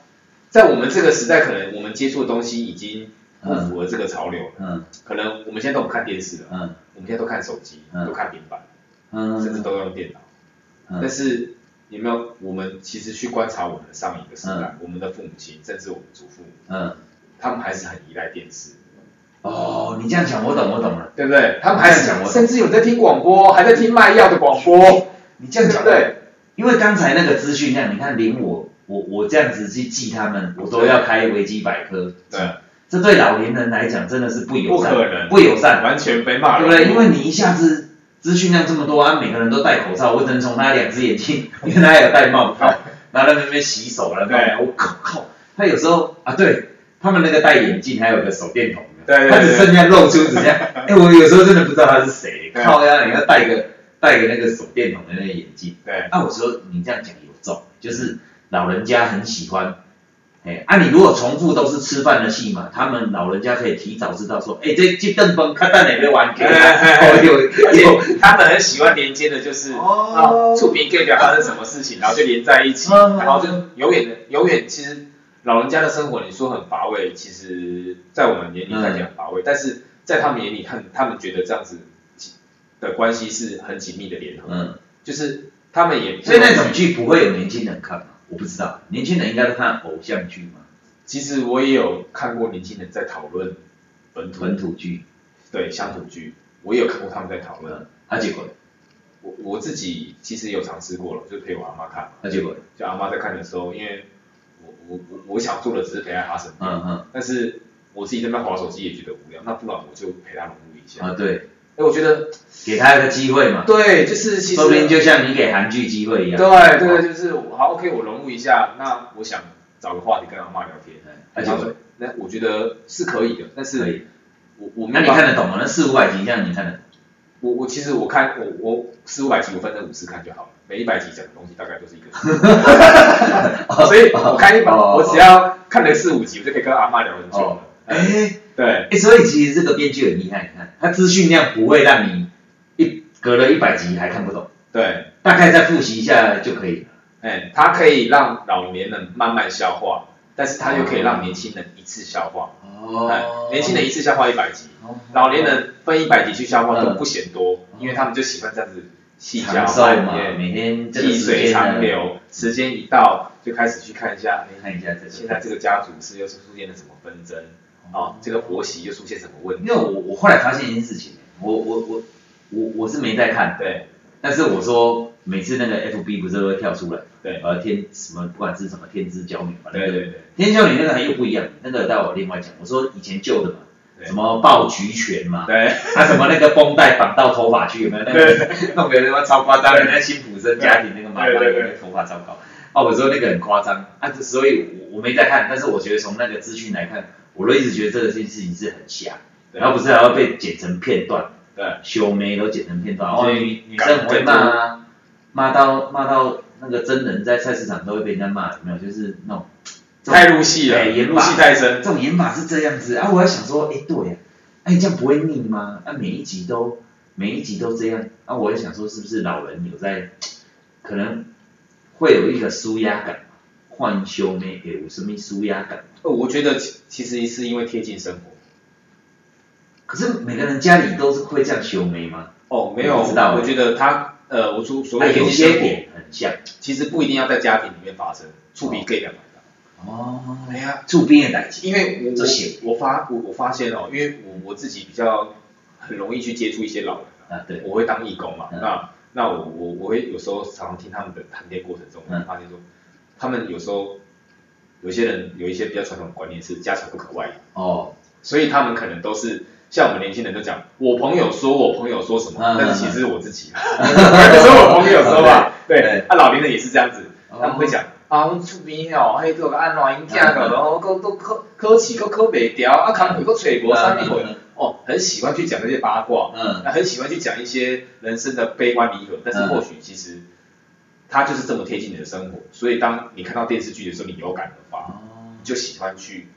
S1: 在我们这个时代，可能我们接触的东西已经不符合这个潮流了。
S2: 嗯
S1: 可能我们现在都不看电视了，
S2: 嗯
S1: 我们现在都看手机，
S2: 嗯
S1: 都看平板，
S2: 嗯，
S1: 甚至都用电脑。
S2: 嗯
S1: 但是有没有我们其实去观察我们的上一个时代，我们的父母亲，甚至我们祖父母，
S2: 嗯，
S1: 他们还是很依赖电视，
S2: 哦，你这样讲我懂我懂了，
S1: 对不对？他们还是
S2: 这样讲我
S1: 甚至有在听广播，还在听卖药的广播，
S2: 你这样
S1: 对
S2: 讲
S1: 不对？
S2: 因为刚才那个资讯量，你看连我我我这样子去记他们，我都要开维基百科，
S1: 对，
S2: 这对老年人来讲真的是不友
S1: 不
S2: 善，
S1: 可能，
S2: 不友善，
S1: 完全被骂
S2: 对
S1: 了，
S2: 不对？因为你一下子资讯量这么多啊，每个人都戴口罩，我只能从他两只眼睛，因为他还有戴帽套，然后在那边洗手了，
S1: 对
S2: 我靠靠，他有时候啊，对他们那个戴眼镜还有个手电筒的，
S1: 对对对
S2: 他只剩下露出指甲，哎，我有时候真的不知道他是谁，
S1: 对
S2: 靠呀，你要戴个戴个那个手电筒的那个眼镜，
S1: 对
S2: 啊，我说你这样讲有重，就是老人家很喜欢。哎，啊，你如果重复都是吃饭的戏码，他们老人家可以提早知道说，哎，这这顿饭看到哪边玩给他，哦有
S1: 而
S2: 有，
S1: 且他们很喜欢连接的，就是
S2: 哦
S1: 啊，触屏 gay 表发生什么事情，然后就连在一起，
S2: 嗯
S1: 然后就永远的永远。其实老人家的生活，你说很乏味，其实在我们眼里看起来很乏
S2: 嗯
S1: 味，但是在他们眼里看，他们觉得这样子的关系是很紧密的联合，
S2: 嗯，
S1: 就是他们也
S2: 所以那种剧不会有年轻人看嘛？我不知道，年轻人应该都看偶像剧嘛，
S1: 其实我也有看过年轻人在讨论本土
S2: 本土剧，
S1: 对乡土剧，我也有看过他们在讨论。
S2: 嗯，啊结果，
S1: 我我自己其实有尝试过了，就陪我阿妈看嘛。
S2: 啊结果，
S1: 就阿妈在看的时候，因为我我我我想做的只是陪在她身边，
S2: 嗯嗯，
S1: 但是我自己在那边划手机也觉得无聊，那不然我就陪她融入一下。哎、
S2: 啊对，
S1: 我觉得
S2: 给他一个机会嘛，
S1: 对，就是其实
S2: 说不
S1: 对
S2: 定就嗯像你给韩剧机会一样，哦
S1: 对对，就是我好 OK，我融入一下，那我想找个话题跟阿妈聊天，
S2: 啊结
S1: 然后
S2: 果，
S1: 说那我觉得是可以的，但
S2: 可
S1: 是
S2: 以，
S1: 我我没
S2: 那你
S1: 有办
S2: 看
S1: 法，
S2: 得懂吗？那四五百集这样你看得懂？
S1: 我我其实我看我我四五百集我分成五次看就好了，每一百集讲的东西大概都是一个， 啊所以我看一百，
S2: 哦
S1: 我只要看了四五集，我就可以跟阿妈聊很久
S2: 哦
S1: 了。哎
S2: 哎。
S1: 对，
S2: 哎、所以其实这个编剧很厉害，你看他资讯量不会让你一隔了一百集还看不懂，
S1: 对，
S2: 大概再复习一下就可以了。
S1: 哎，它可以让老年人慢慢消化，但是它又可以让年轻人一次消化。
S2: 哦
S1: 哎，年轻人一次消化一百集，老年人分一百集去消化都不嫌多，
S2: 嗯
S1: 因为他们就喜欢这样子细嚼
S2: 长寿嘛
S1: 慢，咽，
S2: 每天这个
S1: 细
S2: 时
S1: 水
S2: 间啊
S1: 长
S2: 呢，
S1: 流。时间一到，就开始去看一下，哎，
S2: 看一下这
S1: 现
S2: 个。
S1: 在这个家族是又出现了什么纷争
S2: 哦
S1: 啊？这个婆媳又出现什么问
S2: 因
S1: 题？
S2: 为我我后来发现一件事情，我我我我我是没在看，
S1: 对
S2: 但是我说每次那个 FB 不是都会跳出来，
S1: 对
S2: 呃天什么不管是什么天之娇女嘛，那
S1: 对
S2: 个
S1: 对对，
S2: 天骄你那个还又不一样，那个待我另外讲。我说以前旧的嘛，
S1: 对
S2: 什么抱菊拳嘛，
S1: 对
S2: 啊什么那个绷带绑到头发去有没有？那个弄个他妈超夸张的，那辛普森家庭那个妈妈
S1: 对对对
S2: 那个头发糟糕。啊，我说那个很夸张啊，所以我我没在看，但是我觉得从那个资讯来看，我都一直觉得这个件事情是很瞎，
S1: 对
S2: 然后不是还要被剪成片段，
S1: 对，
S2: 修眉呃都剪成片段，
S1: 就
S2: 哦
S1: 是
S2: 女女
S1: 感
S2: 生很会骂
S1: 感
S2: 啊，骂到骂到那个真人在菜市场都会被人家骂，有没有？就是那种
S1: 太入戏了，
S2: 哎也
S1: 入戏太深。
S2: 这种演法是这样子啊，我还想说，哎，对呀、哎，你这样不会腻吗？啊，每一集都每一集都这样，啊，我也想说，是不是老人有在，可能会有一个舒压感，换休呢，有什么舒压感？
S1: 呃我觉得其其实是因为贴近生活。
S2: 可是每个人家里都是会这样修眉吗？
S1: 哦，没有，
S2: 我不知道
S1: 我觉得他呃，我说所
S2: 那
S1: 谓
S2: 啊有
S1: 有
S2: 些
S1: 些点，
S2: 点很像
S1: 其实不一定要在家庭里面发生，触鼻 gay 的嘛。
S2: 哦，
S1: 哎呀，
S2: 住边的代际，
S1: 因为我
S2: 这些
S1: 我我发我我发现哦，因为我我自己比较很容易去接触一些老人啊，
S2: 啊，对，
S1: 我会当义工嘛，
S2: 嗯
S1: 那那我我我会有时候常常听他们的谈天过程中，我
S2: 嗯
S1: 会发现说，他们有时候有些人有一些比较传统的观念是家丑不可外扬，
S2: 哦，
S1: 所以他们可能都是像我们年轻人都讲，我朋友说我朋友说什么，
S2: 嗯
S1: 但是其实是我自己， 所以我朋友说嘛，
S2: 对
S1: 嗯 对
S2: 对，
S1: 啊老年人也是这样子，
S2: 哦
S1: 他们会讲嗯啊，阮厝边哦，迄个安怎因囝个，然后都都考考试都考袂掉，啊工课都揣无啥物货
S2: 嗯嗯嗯，
S1: 哦，很喜欢去讲这些八卦，
S2: 嗯
S1: 那很喜欢去讲一些人生的悲欢离合，但是
S2: 嗯
S1: 或许其实他就是这么贴近你的生活，所以当你看到电视剧的时候，你有感而发，
S2: 哦。
S1: 你就喜欢去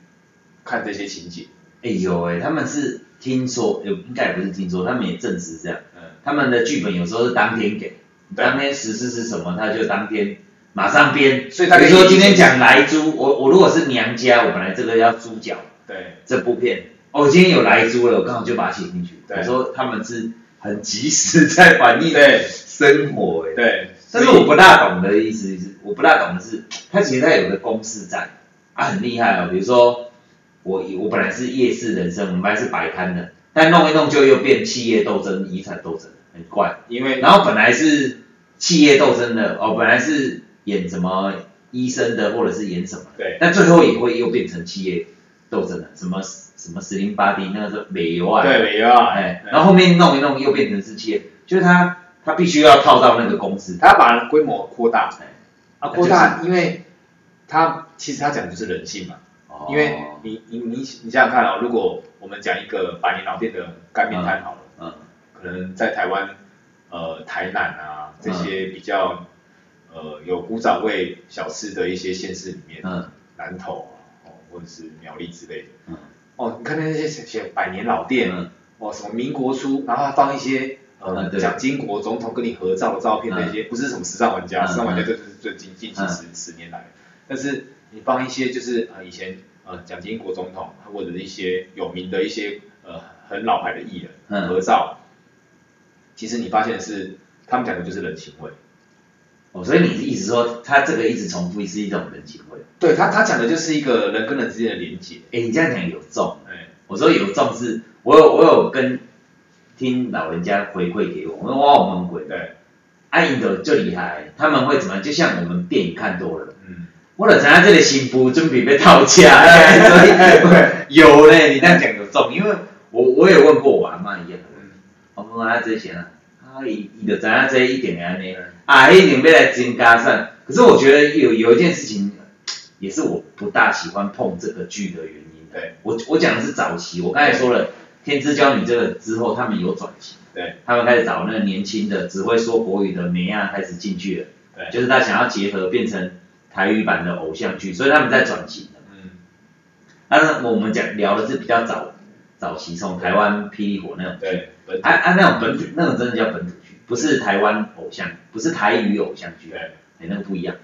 S1: 看这些情节，
S2: 哎呦哎，他们是听说，呃，应该也不是听说，他们也证实这样。
S1: 嗯。
S2: 他们的剧本有时候是当天给，
S1: 对
S2: 当天实施是什么，他就当天马上编。
S1: 所以大概
S2: 比如说今天讲来猪，我我如果是娘家，我本来这个要猪脚
S1: 对
S2: 这部片，哦，今天有来猪了，我刚好就把它写进去。
S1: 对
S2: 我说他们是很及时在反映
S1: 对
S2: 生活、欸，
S1: 对，
S2: 但是
S1: 所以
S2: 我不大懂的意思是，我不大懂的是，它其实它有个公式在，啊，很厉害哦。比如说，我我本来是夜市人生，我们本来是摆摊的，但弄一弄就又变企业斗争、遗产斗争，很怪。
S1: 因为
S2: 然后本来是企业斗争的，哦，本来是演什么医生的，或者是演什么的，
S1: 对
S2: 但最后也会又变成企业斗争的，什么什么十零八 D 那个是美油啊，
S1: 对没啊，
S2: 哎，
S1: 对
S2: 然后后面弄一弄又变成是企业，就是它它必须要套到那个公式。
S1: 他把规模扩大
S2: 哎
S1: 啊，扩大，因为他其实他讲的就是人性嘛，
S2: 哦
S1: 因为你你你你想想看啊、如果我们讲一个百年老店的干面摊好了，
S2: 嗯
S1: 可能在台湾呃台南啊这些比较、呃有古早味小吃的一些县市里面，
S2: 嗯
S1: 南投啊、哦、或者是苗栗之类的，
S2: 嗯
S1: 哦，你看那些写写百年老店，
S2: 嗯
S1: 哦什么民国初，然后他放一些
S2: 啊
S1: 呃
S2: 对
S1: 蒋经国总统跟你合照的照片
S2: 嗯
S1: 那些，不是什么时尚玩家，
S2: 嗯
S1: 时尚玩家
S2: 嗯
S1: 这就是最近近期
S2: 嗯
S1: 十十年来，但是你放一些就是呃以前呃蒋经国总统或者是一些有名的一些呃很老牌的艺人
S2: 嗯
S1: 合照，其实你发现的是他们讲的就是人情味，
S2: 哦，所以你是意思说，它这个一直重复是一种人情味？
S1: 对他他讲的就是一个人跟人之间的连接，
S2: 哎，你这样讲有重。
S1: 哎
S2: 我说有重是，我有我有跟听老人家回馈给我，我说哇，我们鬼，
S1: 对，
S2: 啊，因的就厉害，他们会怎么样？就像我们电影看多了。
S1: 嗯
S2: 我就知影这个新妇准备要 讨价，所以有呢，你这样讲有重，因为我我也问过我阿妈一样，
S1: 嗯
S2: 我问阿这些啊，啊，伊伊就知影这一定会安尼
S1: 嗯，
S2: 啊，一定要来增加上。可是我觉得有有一件事情，也是我不大喜欢碰这个剧的原因。
S1: 对，
S2: 我我讲的是早期，我刚才说了，《天之娇女》这个之后，他们有转型，
S1: 对
S2: 他们开始找那个年轻的只会说国语的梅亚开始进去了，
S1: 对
S2: 就是他想要结合变成台语版的偶像剧，所以他们在转型了。
S1: 嗯
S2: 但是我们讲聊的是比较早早期，从台湾霹雳火那种
S1: 对，本土
S2: 啊啊，那种本土，那种真的叫本土剧，不是台湾偶像，不是台语偶像剧，哎、
S1: 对
S2: 那个不一样。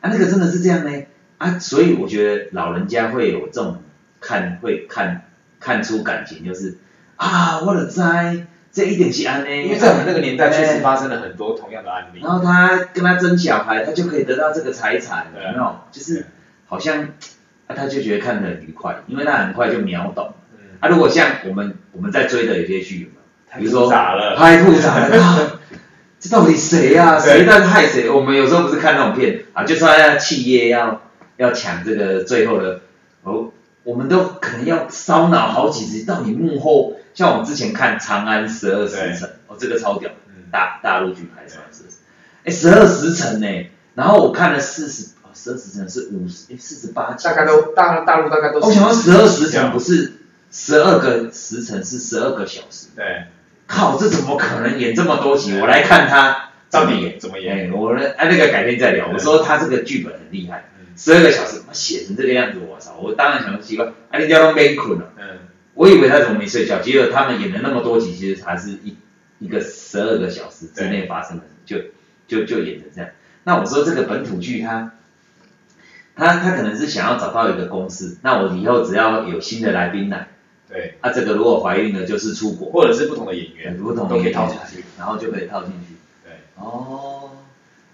S2: 啊，那个真的是这样呢，啊，所以我觉得老人家会有这种看，会看看出感情，就是啊，我的灾，这一点是安呢，
S1: 因为在我们那个年代确实发生了很多同样的案例，
S2: 然后他跟他争小孩，他就可以得到这个财产，
S1: 对啊
S2: 有没有？就是
S1: 对
S2: 好像、啊、他就觉得看得很愉快，因为他很快就秒懂。
S1: 嗯，
S2: 啊，如果像我们我们在追的有些剧，有没有？
S1: 太
S2: 比如说
S1: 复杂了，
S2: 太复杂 了，啊这到底谁啊？
S1: 对
S2: 谁在害谁？我们有时候不是看那种片啊，就算要企业要要抢这个最后的，哦，我们都可能要烧脑好几集，到底幕后，像我们之前看《长安十二时辰》，哦，这个超屌，
S1: 嗯
S2: 大大陆剧拍《长安十二时辰》，哎，十二时辰呢？然后我看了四十，哦，十二时辰是五十，哎，四十八集，
S1: 大概都大大陆大概都
S2: 哦
S1: 是，
S2: 我想到十二时辰不
S1: 是
S2: 是十二个时辰，是十二个小时。
S1: 这样，
S2: 靠，这怎么可能演这么多集？我来看他
S1: 对，到底怎么
S2: 演。
S1: 演？
S2: 哎，我呢，哎、那个改天再聊。
S1: 对
S2: 我说他这个剧本很厉害
S1: 嗯，
S2: 十二个小时，他妈写成这个样子，我操！我当然想说奇怪，啊，你家都没困了。
S1: 嗯，
S2: 我以为他怎么没睡觉，结果他们演了那么多集，其实还是一一个十二个小时之内发生的，就就就演成这样。那我说这个本土剧它，他他他可能是想要找到一个公式，那我以后只要有新的来宾来，
S1: 对，
S2: 啊，这个如果怀孕了就是出国，
S1: 或者是不同的演员，
S2: 不同的
S1: 都可以
S2: 演
S1: 套
S2: 员
S1: 进去，
S2: 然后就可以套进去。
S1: 对，
S2: 哦，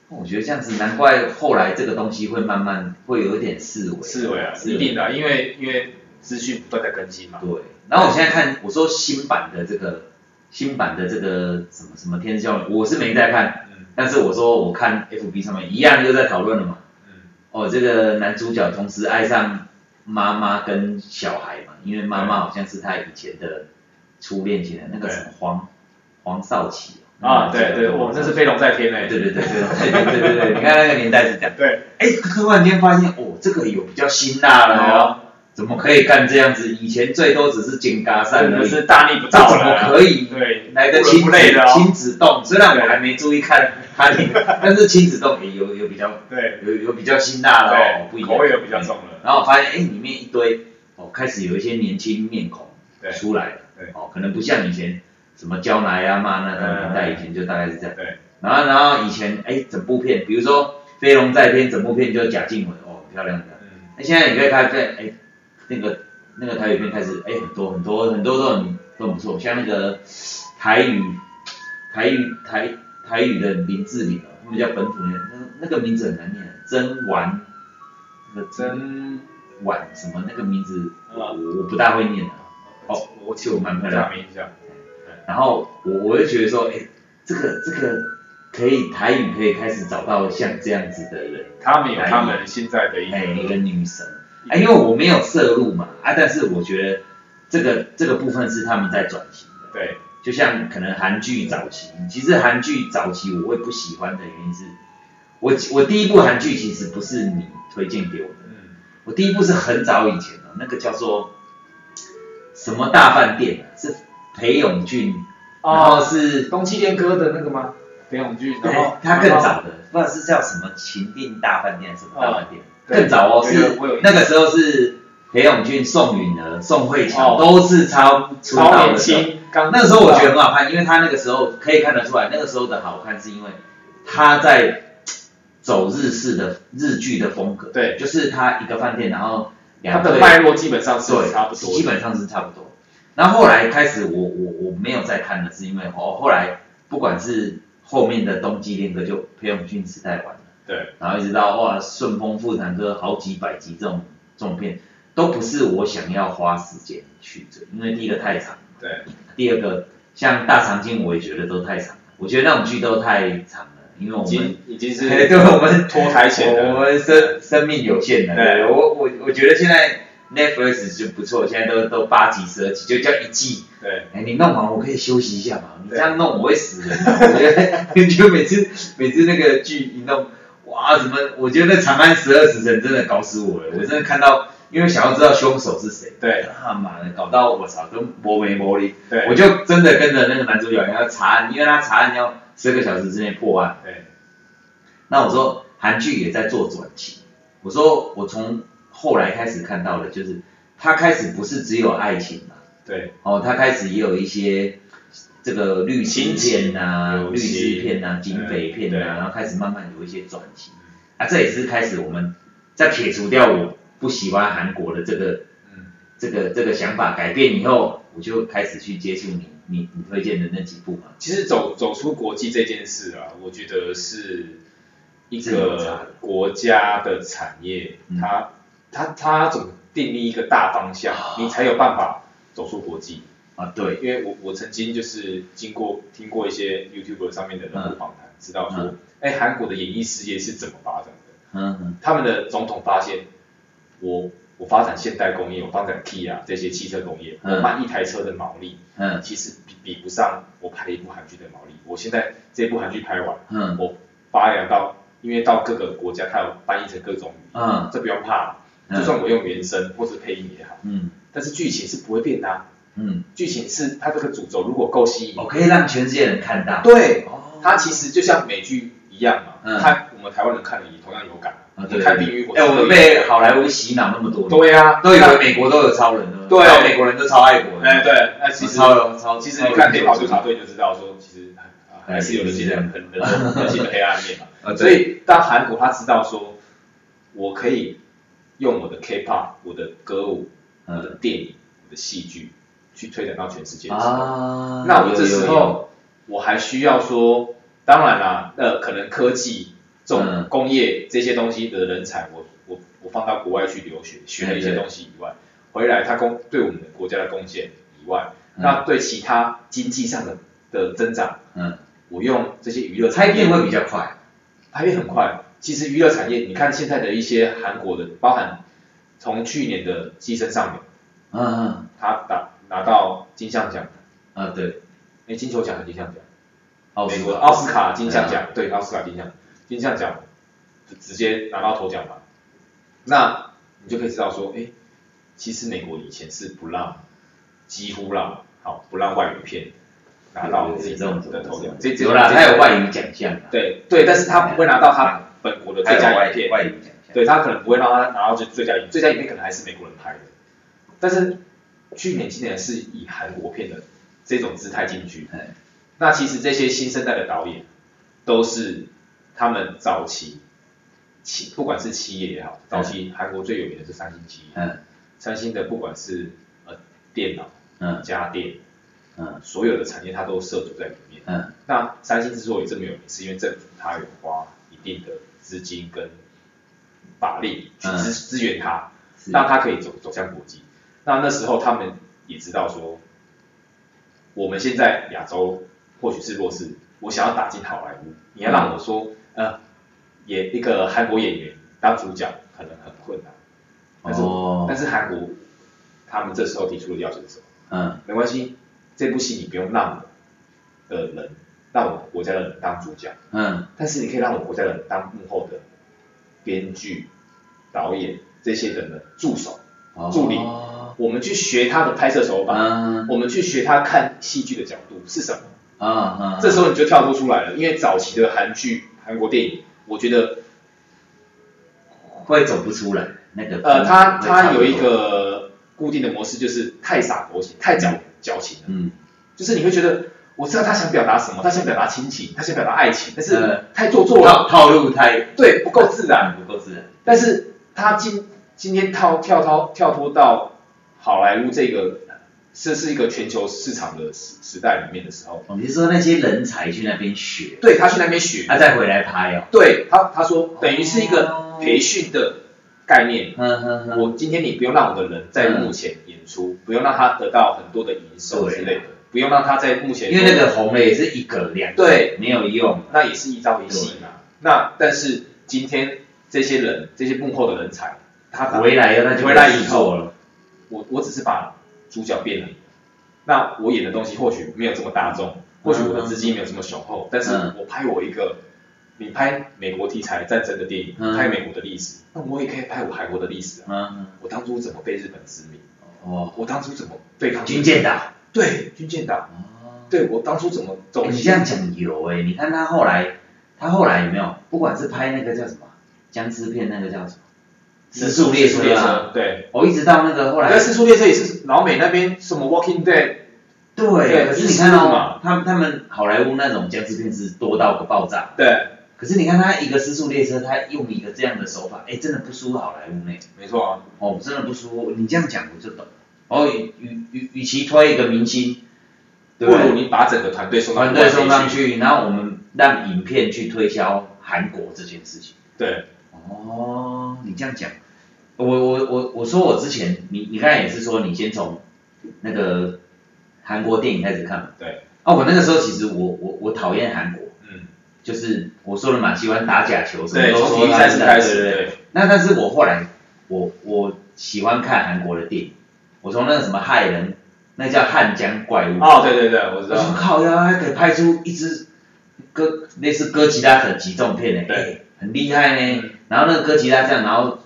S2: 我觉得这样子，难怪后来这个东西会慢慢会有一点四维，
S1: 思维啊，
S2: 四
S1: 一定的啊，因为因为资讯不断在更新嘛，
S2: 对。然后我现在看，我说新版的这个新版的这个什么什么天之教，我是没在看，
S1: 嗯
S2: 但是我说我看 FB 上面一样又在讨论了嘛。
S1: 嗯，
S2: 哦，这个男主角同时爱上妈妈跟小孩嘛，因为妈妈好像是他以前的初恋情人，那个什么黄黄少祺哦
S1: 啊，对对，我们这是飞龙在天
S2: 对
S1: 嘞，
S2: 对对对对对对对对，你看那个年代是这样。
S1: 对，
S2: 哎，突然间发现，哦，这个有比较辛辣了哦，怎么可以干这样子？以前最多只是金嘎散
S1: 真
S2: 而
S1: 的
S2: 已，这
S1: 是大逆不道
S2: 怎
S1: 了
S2: 么
S1: 啊，
S2: 可以
S1: 对，
S2: 来个
S1: 不
S2: 亲
S1: 伦不
S2: 子
S1: 类的哦，
S2: 亲子动？虽然我还没注意看他那个，但是亲子动也有有比较
S1: 对
S2: 有有比较辛辣了哦，不一
S1: 对，
S2: 样，
S1: 口味又比较重了，
S2: 然后我发现，哎，里面一堆哦，开始有一些年轻面孔
S1: 对
S2: 出来了
S1: 对，
S2: 哦，可能不像以前什么胶奶啊、骂那种年代，
S1: 嗯
S2: 以前就大概是这样。
S1: 对，
S2: 然后然后以前哎整部片，比如说《飞龙在天》整部片就是贾静雯哦很漂亮的，
S1: 嗯，
S2: 那现在你可以看在哎那个那个台语片开始哎很多很多很多都很都很不错，像那个台语台语台台语的林志玲哦，他们叫本土人，那那个名字很难念，曾婉那个
S1: 真
S2: 婉什么那个名字我
S1: 啊，
S2: 我不大会念啊。哦，
S1: 我其实我蛮不大没印象，
S2: 然后我我就觉得说，哎、这个这个可以台语可以开始找到像这样子的人，
S1: 他们有他们现在的一
S2: 哎、一个
S1: 个，
S2: 女神，哎、因为我没有摄入嘛，啊，但是我觉得这个这个部分是他们在转型的，
S1: 对，
S2: 就像可能韩剧早期，其实韩剧早期我会不喜欢的原因是，我我第一部韩剧其实不是你推荐给我的，
S1: 嗯，
S2: 我第一部是很早以前的，那个叫做什么大饭店啊，是裴勇俊，然后是。
S1: 东七连歌的那个吗？裴勇俊，然
S2: 对
S1: 后，
S2: 它更，早的，不知道是叫什么情定大饭店还是什么大饭店，
S1: 对
S2: 更早哦，
S1: 对
S2: 是
S1: 我有印
S2: 那
S1: 象
S2: 个时候是裴勇俊、宋允儿、宋慧乔
S1: 哦
S2: 都是超出
S1: 超
S2: 道
S1: 年
S2: 的时候。
S1: 轻，刚
S2: 那个时候我觉得很好看，因为他那个时候可以看得出来，那个时候的好看是因为他在走日式的日剧的风格，
S1: 对
S2: 就是他一个饭店，然后
S1: 他
S2: 两
S1: 的
S2: 对
S1: 脉络基本上是
S2: 对，
S1: 差不多的，
S2: 基本上是差不多。然后后来开始我我我没有再看了，是因为哦后后来不管是后面的冬季恋歌就裴勇俊时代完了，
S1: 对，
S2: 然后一直到哇顺风妇产科好几百集这种这种片，都不是我想要花时间去追，因为第一个太长，
S1: 对，
S2: 第二个像大长今我也觉得都太长了，我觉得那种剧都太长了，因为我
S1: 已经
S2: 们
S1: 已经是
S2: 对，对我们
S1: 脱胎前的
S2: 我们生生命有限的。
S1: 对
S2: 对，我我我觉得现在 Netflix 就不错，现在都都八集十二集，就叫一季。
S1: 对，
S2: 哎，你弄完我可以休息一下嘛？你这
S1: 对
S2: 样弄我会死人的。我觉得， 你就每次每次那个剧一弄，哇，什么？我觉得《长安十二时辰》真的搞死我了。我真的看到，因为想要知道凶手是谁。
S1: 对
S2: 他妈的，搞到我操，都磨没磨力。
S1: 对，
S2: 我就真的跟着那个男主角要查案，因为他查案要十个小时之内破案。
S1: 对
S2: 那我说韩剧也在做转型，我说我从后来开始看到的，就是它开始不是只有爱情嘛，
S1: 对
S2: 哦，它开始也有一些这个律师片呐、
S1: 亲情
S2: 律师片呐、
S1: 游戏
S2: 警匪片呐、
S1: 嗯对
S2: 啊然后开始慢慢有一些转型啊，这也是开始我们在撇除掉我不喜欢韩国的这个
S1: 嗯，
S2: 这个这个想法改变以后，我就开始去接触你你你推荐的那几部嘛，
S1: 其实走走出国际这件事啊，我觉得是一
S2: 是有差
S1: 个
S2: 的
S1: 国家的产业，
S2: 嗯
S1: 它它它总定义一个大方向，你才有办法走出国际。
S2: 啊对，
S1: 因为我我曾经就是经过听过一些 YouTube 上面的人物访谈，知道说，哎、韩国的演艺事业是怎么发展的？
S2: 嗯嗯
S1: 他们的总统发现，我我发展现代工业，我发展 Kia 这些汽车工业，
S2: 嗯
S1: 我卖一台车的毛利，
S2: 嗯
S1: 其实比比不上我拍一部韩剧的毛利。我现在这部韩剧拍完，
S2: 嗯
S1: 我发扬到，因为到各个国家，它有翻译成各种语言，
S2: 嗯
S1: 这不用怕。啊
S2: 嗯
S1: 就算我用原声或是配音也好，
S2: 嗯
S1: 但是剧情是不会变的、啊。
S2: 嗯，
S1: 剧情是它这个主轴如果够吸引，
S2: 我可以让全世界人看到。
S1: 对，
S2: 哦
S1: 它其实就像美剧一样
S2: 嗯
S1: 嘛，看我们台湾人看了也同样有感。
S2: 啊，
S1: 你
S2: 对，
S1: 看《地狱火车
S2: 哎，》，我们被好莱坞洗脑那么多年，
S1: 对啊，
S2: 都以为美国都有超人了，
S1: 对
S2: 然后美国人都超爱国的，
S1: 哎对，那其实
S2: 超有超，
S1: 其实你看《黑袍纠察队》就知道说，其实啊还是有人些人 很很很性的黑暗面嘛。
S2: 啊，
S1: 所
S2: 所以
S1: 以当韩国他知道说，我可以用我的 K-pop、我的歌舞、我的
S2: 嗯
S1: 电影、我的戏剧去推展到全世界的时候，
S2: 啊，
S1: 那我这
S2: 有有
S1: 时
S2: 有
S1: 候我还需要说，当然啦，呃，可能科技、这
S2: 嗯
S1: 种工业这些东西的人才，我我我放到国外去留学，学了一些东西以外，回来他贡对我们的国家的贡献以外，
S2: 嗯
S1: 那对其他经济上的的增长，
S2: 嗯，
S1: 我用这些娱乐
S2: 拆
S1: 产业
S2: 店会比较快，
S1: 排片很快。其实娱乐产业，你看现在的一些韩国的，包含从去年的《寄生上流》，
S2: 嗯嗯
S1: 他打拿到金像奖，
S2: 啊，对，
S1: 哎，金球奖还是金像奖？
S2: 奥
S1: 美
S2: 斯
S1: 国嗯
S2: 卡
S1: 奥斯卡金像奖，对，奥斯卡金像金像奖就直接拿到头奖嘛。那你就可以知道说，哎，其实美国以前是不让，几乎让，好不让外语片拿到自己
S2: 这种
S1: 的头奖。这
S2: 这
S1: 这
S2: 有啦，
S1: 这
S2: 他有外语奖项啊，
S1: 对对，但是他不会拿到他本国的
S2: 他
S1: 最
S2: 有
S1: 佳
S2: 外
S1: 影片，
S2: 外语奖项，
S1: 对他可能不会让他拿到最最佳影，最佳影片可能还是美国人拍的，但是去年今年是以韩国片的这种姿态进去，
S2: 哎
S1: 那其实这些新生代的导演，都是他们早期企，不管是企业也好，早期韩国最有名的是三星企业，
S2: 嗯
S1: 三星的不管是呃电脑、
S2: 嗯
S1: 家电，
S2: 嗯
S1: 所有的产业它都涉足在里面。
S2: 嗯
S1: 那三星之所以这么有名，是因为政府它有花一定的资金跟法力去
S2: 嗯
S1: 支支援它，
S2: 是
S1: 让它可以走走向国际。那那时候他们也知道说，我们现在亚洲或许是弱势，我想要打进好莱坞，你要让我说，呃，演一个韩国演员当主角可能很困难，但是、
S2: 哦
S1: 但是韩国他们这时候提出的要求是什么？
S2: 嗯
S1: 没关系，这部戏你不用让我的人，让我国家的人当主角，
S2: 嗯
S1: 但是你可以让我国家的人当幕后的编剧、导演这些人的助手、
S2: 哦
S1: 助理。啊我们去学他的拍摄手法，
S2: 嗯
S1: 我们去学他看戏剧的角度是什么。
S2: 啊嗯，
S1: 这时候你就跳脱出来了，因为早期的韩剧、韩国电影，我觉得
S2: 会走不出来那个
S1: 呃，它
S2: 嗯会差不
S1: 它
S2: 多
S1: 有一个固定的模式，就是太洒狗血、太矫矫情了。
S2: 嗯
S1: 就是你会觉得，我知道他想表达什么，他想表达亲情，他想表达爱情，但是
S2: 嗯
S1: 太做作了，
S2: 套套路太
S1: 对，不够自然。
S2: 不够自然，
S1: 但是他今今天跳跳脱跳脱到好莱坞这个，这是一个全球市场的时时代里面的时候，
S2: 我们就说那些人才去那边学，
S1: 对他去那边学，
S2: 他再回来拍哦，
S1: 对他他说等于是一个培训的概念。
S2: 嗯嗯嗯，
S1: 我今天你不用让我的人在幕前演出，不用让他得到很多的营收之类的
S2: 对，啊
S1: 不用让他在幕前
S2: 因为那个红了也是一个两个
S1: 对
S2: 没有用，
S1: 那也是一朝一夕嘛。那但是今天这些人，这些幕后的人才，他
S2: 回来那就
S1: 回来以后，
S2: 做了，
S1: 我我只是把主角变了，那我演的东西或许没有这么大众，或许我的资金没有这么雄厚，但是
S2: 嗯
S1: 我拍我一个，你拍美国题材战争的电影，
S2: 嗯
S1: 拍美国的历史，那我也可以拍我韩国的历史啊。
S2: 嗯
S1: 我当初怎么被日本殖民？
S2: 嗯哦，
S1: 我当初怎么对抗
S2: 军舰岛，
S1: 对军舰岛？
S2: 哦
S1: 对我当初怎么走
S2: 欸你
S1: 向
S2: 这样讲有哎、你看他后来，他后来有没有，不管是拍那个叫什么僵尸片，那个叫什么《时速列车》啊，
S1: 对。
S2: 我、一直到那个后来
S1: 但，是速列车也是老美那边什么 Walking Dead，对
S2: 对，可是你看
S1: 是
S2: 到
S1: 嘛
S2: 他们他们好莱坞那种僵尸片是多到个爆炸，
S1: 对，
S2: 可是你看他一个《时速列车》，他用一个这样的手法，哎、真的不输好莱坞呢、
S1: 没错啊，
S2: 哦，真的不输，你这样讲我就懂。哦，与与与与其推一个明星，对
S1: 不
S2: 不
S1: 如
S2: 对？
S1: 你把整个团队送到
S2: 团队送
S1: 国
S2: 上
S1: 外去，
S2: 去，然后我们让影片去推销韩国这件事情。
S1: 对，
S2: 哦，你这样讲，我我我我说我之前，你你刚才也是说你先从那个韩国电影开始看嘛？
S1: 对。
S2: 啊，我那个时候其实我我我讨厌韩国，
S1: 嗯，
S2: 就是我说了嘛，喜欢打假球，什么
S1: 对，
S2: 都
S1: 从
S2: 说
S1: 体育赛事
S2: 他
S1: 开始，
S2: 对对对。
S1: 对，
S2: 那但是我后来，我我喜欢看韩国的电影，我从那个什么害人，那叫汉江怪物，
S1: 哦，对对对，我知
S2: 我说
S1: 道，
S2: 靠呀，还可以拍出一支哥类似哥吉拉等级这种片呢、
S1: 对
S2: 欸很厉害呢、
S1: 嗯
S2: 然后那个哥吉拉这样，然后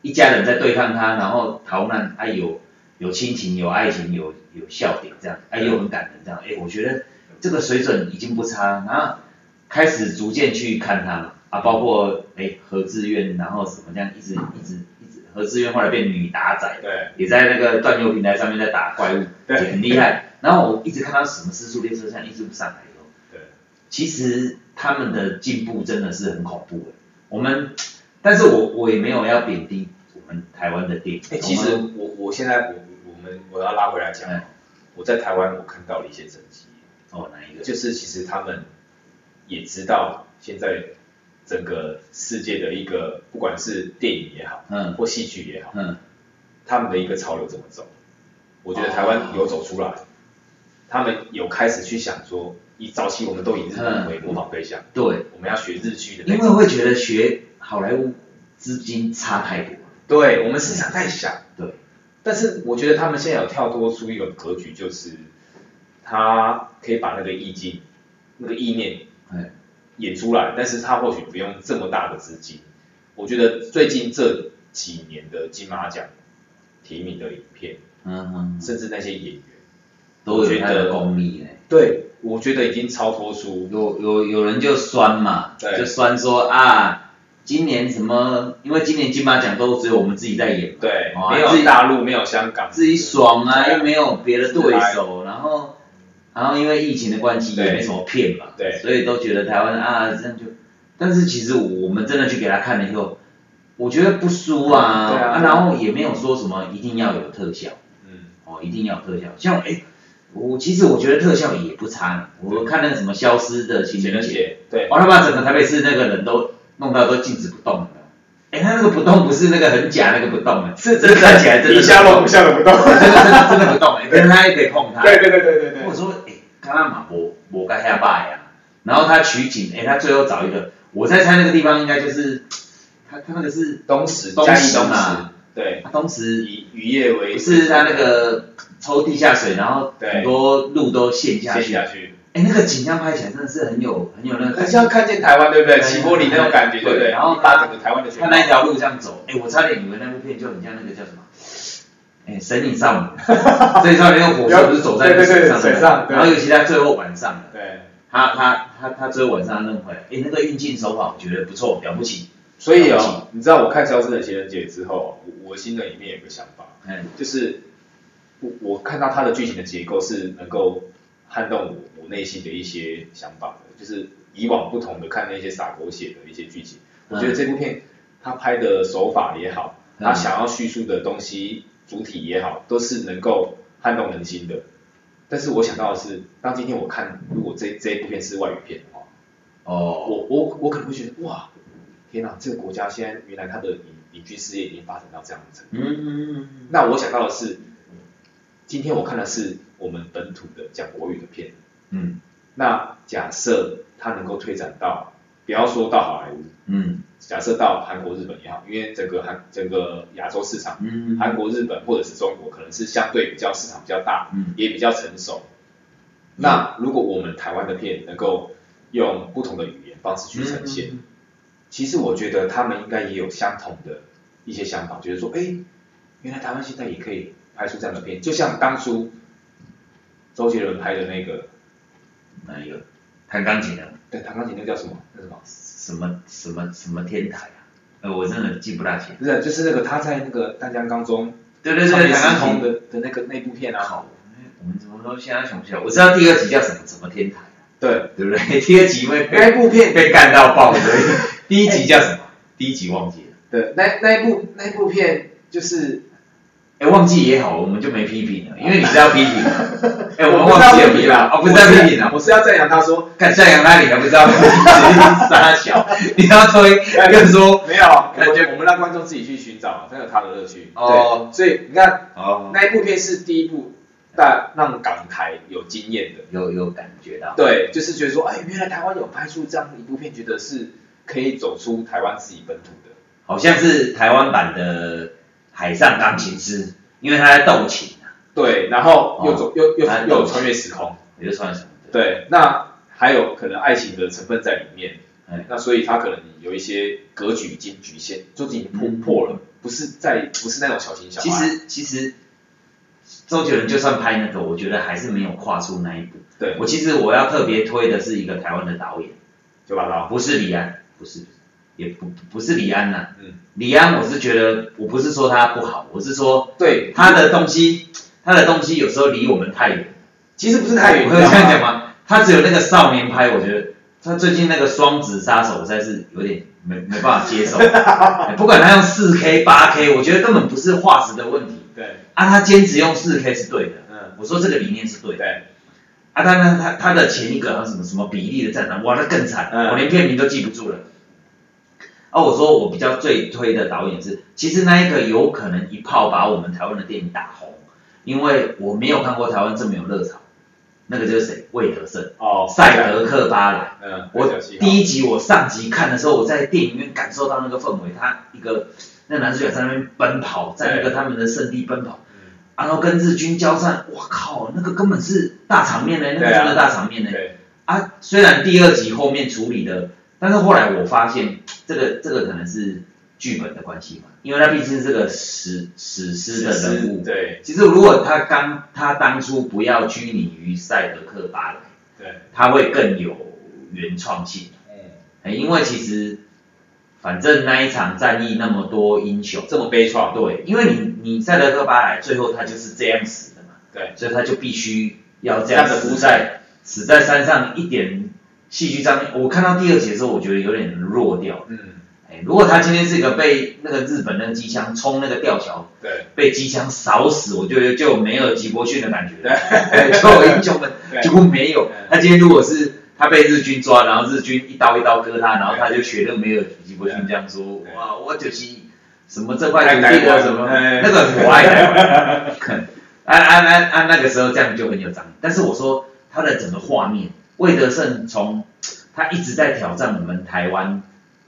S2: 一家人在对抗他，然后逃难，哎、有有亲情，有爱情，有有笑点这样，哎、又很感人这样，哎、我觉得这个水准已经不差，然后开始逐渐去看他嘛，啊，包括哎、何志远，然后什么这样，一直一直一直何志远后来变女打仔，
S1: 对，
S2: 也在那个断流平台上面在打怪物，
S1: 对
S2: 也很厉害。然后我一直看到什么失速列车像一直不上来以后，
S1: 对，
S2: 其实他们的进步真的是很恐怖的。我们，但是我我也没有要贬低我们台湾的电影。
S1: 哎，其实我嗯我现在我我我们我要拉回来
S2: 我
S1: 讲
S2: 们，，
S1: 我在台湾我看到了一些成绩，
S2: 哦，哪一个？
S1: 就是其实他们也知道现在整个世界的一个，不管是电影也好，
S2: 嗯
S1: 或戏剧也好，
S2: 嗯，
S1: 他们的一个潮流怎么走。我觉得台湾有走出来，他们有开始去想说，以早期我们都以日本为模仿对象，
S2: 对，
S1: 我们要学日剧的那
S2: 因为
S1: 种。
S2: 会觉得学好莱坞资金差太多了。
S1: 对我们市场太小，
S2: 对，
S1: 但是我觉得他们现在有跳脱出一个格局，就是他可以把那个意境、那个意念
S2: 哎，
S1: 演出来，但是他或许不用这么大的资金。我觉得最近这几年的金马奖提名的影片，
S2: 嗯嗯，嗯
S1: 甚至那些演员，
S2: 都有它的功力哎呢。
S1: 对我觉得已经超脱出
S2: 有有有人就酸嘛，
S1: 对
S2: 就酸说啊，今年什么？因为今年金马奖都只有我们自己在演嘛，
S1: 对，
S2: 哦
S1: 没
S2: 自
S1: 有
S2: 己
S1: 大陆，没有香港，
S2: 自己爽啊，
S1: 对
S2: 又没有别的对手，然后然后因为疫情的关系，也没什么片嘛，
S1: 对
S2: 所以都觉得台湾啊，这样就，但是其实我们真的去给他看了以后，我觉得不输啊，
S1: 嗯对啊对啊
S2: 然后也没有说什么一定要有特效，
S1: 嗯，
S2: 哦，一定要有特效，像哎，我其实我觉得特效也不差呢，我看那个什么消失的情
S1: 情
S2: 人
S1: 人
S2: 节，
S1: 节， 对，
S2: 我他妈整个台北市那个人都弄到都静止不动了，哎，他那个不动不是那个很假那个不动啊，是真的看起来真的
S1: 你
S2: 不
S1: 下
S2: 动
S1: 楼不下楼不到，
S2: 真的真的真的不动，哎，可是他也可以碰他。
S1: 对对对对对对
S2: 或者，说，哎、刚刚嘛，我我该下拜呀。然后他取景，哎、他最后找一个，我在猜那个地方应该就是，他他那个是
S1: 东石
S2: 东石
S1: 嘉义东石
S2: 嘛，
S1: 对，
S2: 他当时
S1: 以渔业为
S2: 不是他那个抽地下水，然后
S1: 对
S2: 很多路都陷下
S1: 陷
S2: 去。
S1: 下
S2: 哎、
S1: 去，
S2: 那个景象拍起来真的是很有很有那个
S1: 很
S2: 感觉。
S1: 像看见台湾对不对？
S2: 对
S1: 齐柏林那种感觉对不
S2: 对
S1: 对？
S2: 然后
S1: 一把整个台湾的全
S2: 他
S1: 貌
S2: 那一条路这样走，哎、我差点以为那部片就很像那个叫什么，哎、神隐少女， 神隐少女那个火车不是走在那个
S1: 对对对
S2: 水上的，
S1: 水上对
S2: 然后尤其他最后晚上了。
S1: 对，
S2: 他他他他最后晚上弄回来，诶，那个运镜手法我觉得不错，了不起。
S1: 所以哦，你知道我看《消失的情人节》之后，我我心里面有个想法，
S2: 嗯，
S1: 就是我我看到它的剧情的结构是能够撼动我我内心的一些想法的，就是以往不同的看那些洒狗血的一些剧情，我觉得这部片它拍的手法也好，
S2: 嗯
S1: 它想要叙述的东西主体也好，都是能够撼动人心的。但是我想到的是，当今天我看如果这这一部片是外语片的话，
S2: 哦，
S1: 我我我可能会觉得哇，天哪，这个国家现在原来它的影影剧事业已经发展到这样子。
S2: 嗯，
S1: 那我想到的是，今天我看的是我们本土的讲国语的片，
S2: 嗯
S1: 那假设它能够推展到，不要说到好莱坞，
S2: 嗯
S1: 假设到韩国、日本也好，因为整个韩整个亚洲市场，
S2: 嗯，
S1: 韩国、日本或者是中国可能是相对比较市场比较大，
S2: 嗯
S1: 也比较成熟。那如果我们台湾的片能够用不同的语言方式去呈现，
S2: 嗯
S1: 其实我觉得他们应该也有相同的一些想法，就是说，哎，原来台湾现在也可以拍出这样的片，就像当初周杰伦拍的那个，
S2: 哪一个？弹钢琴的，
S1: 对，弹钢琴那个叫什么？那什么？
S2: 什么什么什么天台啊？呃，我真的记不大清。
S1: 不是，就是那个他在那个淡江高中
S2: 对对对，弹钢
S1: 红
S2: 琴的。
S1: 的的那个那部片啊，
S2: 好，哎我们怎么都现在想不起来。我知道第二集叫什么什么天台啊，
S1: 对，
S2: 对不对？ 第二集因为
S1: 那
S2: 被
S1: 一部片，
S2: 被干到爆，所以第一集叫什么？第一集忘记了。
S1: 对，那那一部那一部片就是
S2: 哎，忘记也好，我们就没批评了，因为你是要批 评的。哎，我们
S1: 不是
S2: 忘
S1: 要
S2: 记了
S1: 批评
S2: 啊，哦，不是
S1: 我
S2: 要批评啊，
S1: 我是要赞扬他说
S2: 看赞扬他，你还不知道傻 小，你要推更说
S1: 没有，
S2: 哦
S1: 啊
S2: 感
S1: 我
S2: 觉
S1: 们我们让观众自己去寻找，啊他有他的乐趣。
S2: 哦
S1: 对，所以你看
S2: 哦，
S1: 那一部片是第一部，但让港台有经验的，
S2: 有有感觉到，
S1: 对，就是觉得说，哎，原来台湾有拍出这样一部片，觉得是可以走出台湾自己本土的。
S2: 好像是台湾版的海上钢琴师，因为他在斗琴啊，
S1: 对，然后又走、又又
S2: 哎
S1: 又有穿越时空，
S2: 我就算什么的，
S1: 对，那还有可能爱情的成分在里面，
S2: 哎
S1: 那所以他可能有一些格局已经局限，就是已经破
S2: 嗯
S1: 破了，不是在不是那种小情小爱。
S2: 其实其实周杰伦就算拍那个，我觉得还是没有跨出那一步。
S1: 对，
S2: 我其实我要特别推的是一个台湾的导演，
S1: 九把刀，
S2: 啊不是李安，不是，也不不是李安呐、
S1: 嗯，
S2: 李安，我是觉得我不是说他不好，我是说
S1: 对，
S2: 他的东西，他的东西有时候离我们太远。
S1: 其实不是太远，
S2: 我会这样讲
S1: 吗？
S2: 吗？他只有那个少年拍，我觉得他最近那个双子杀手实在是有点没没办法 接受。不管他用四 K、八 K，我觉得根本不是画质的问题
S1: 对，
S2: 啊，他坚持用四 K 是对的。
S1: 嗯，
S2: 我说这个理念是对的。
S1: 对，
S2: 啊，他呢，他他的前一个还有什么什么比例的战场，哇，那更惨，
S1: 嗯
S2: 我连片名都记不住了。啊，我说我比较最推的导演是，其实那一个有可能一炮把我们台湾的电影打红，因为我没有看过台湾这么有热潮。那个就是谁？魏德胜，
S1: 哦，
S2: 塞德克巴莱。
S1: 嗯，
S2: 我
S1: 一
S2: 第一集我上集看的时候，我在电影院感受到那个氛围，他一个那男主角在那边奔跑，在那个他们的圣地奔跑，然后跟日军交战，哇靠，那个根本是大场面呢、那
S1: 对
S2: 个
S1: 啊
S2: 真的大场面呢、
S1: 对，
S2: 啊，虽然第二集后面处理的，但是后来我发现这个这个可能是剧本的关系嘛，因为他毕竟是个史史诗的人物。
S1: 对
S2: 其实如果他刚他当初不要拘泥于赛德克巴莱，
S1: 对，
S2: 他会更有原创性。
S1: 嗯，
S2: 哎，因为其实反正那一场战役那么多英雄，
S1: 这么悲怆，
S2: 对，因为你你塞德克巴莱最后他就是这样死的嘛，
S1: 对，
S2: 所以他就必须要这样
S1: 这样子
S2: 死在死在山上一点戏剧张力。我看到第二节的时候，我觉得有点弱掉。
S1: 嗯，
S2: 哎，如果他今天是一个被那个日本那个机枪冲那个吊桥
S1: 对，
S2: 被机枪扫死，我觉得就没有吉伯逊的感觉
S1: 对
S2: 了，哎就有英雄们
S1: 对
S2: 结果没有
S1: 对。
S2: 他今天如果是他被日军抓，然后日军一刀一刀割他，然后他就学那个梅尔吉伯逊这样说
S1: 对：“
S2: 哇，我就是什么这块土地啊我什么
S1: 哎
S2: 那个我爱台湾。”啊啊啊啊！那个时候这样就很有张力。但是我说他的整个画面，魏德胜从他一直在挑战我们台湾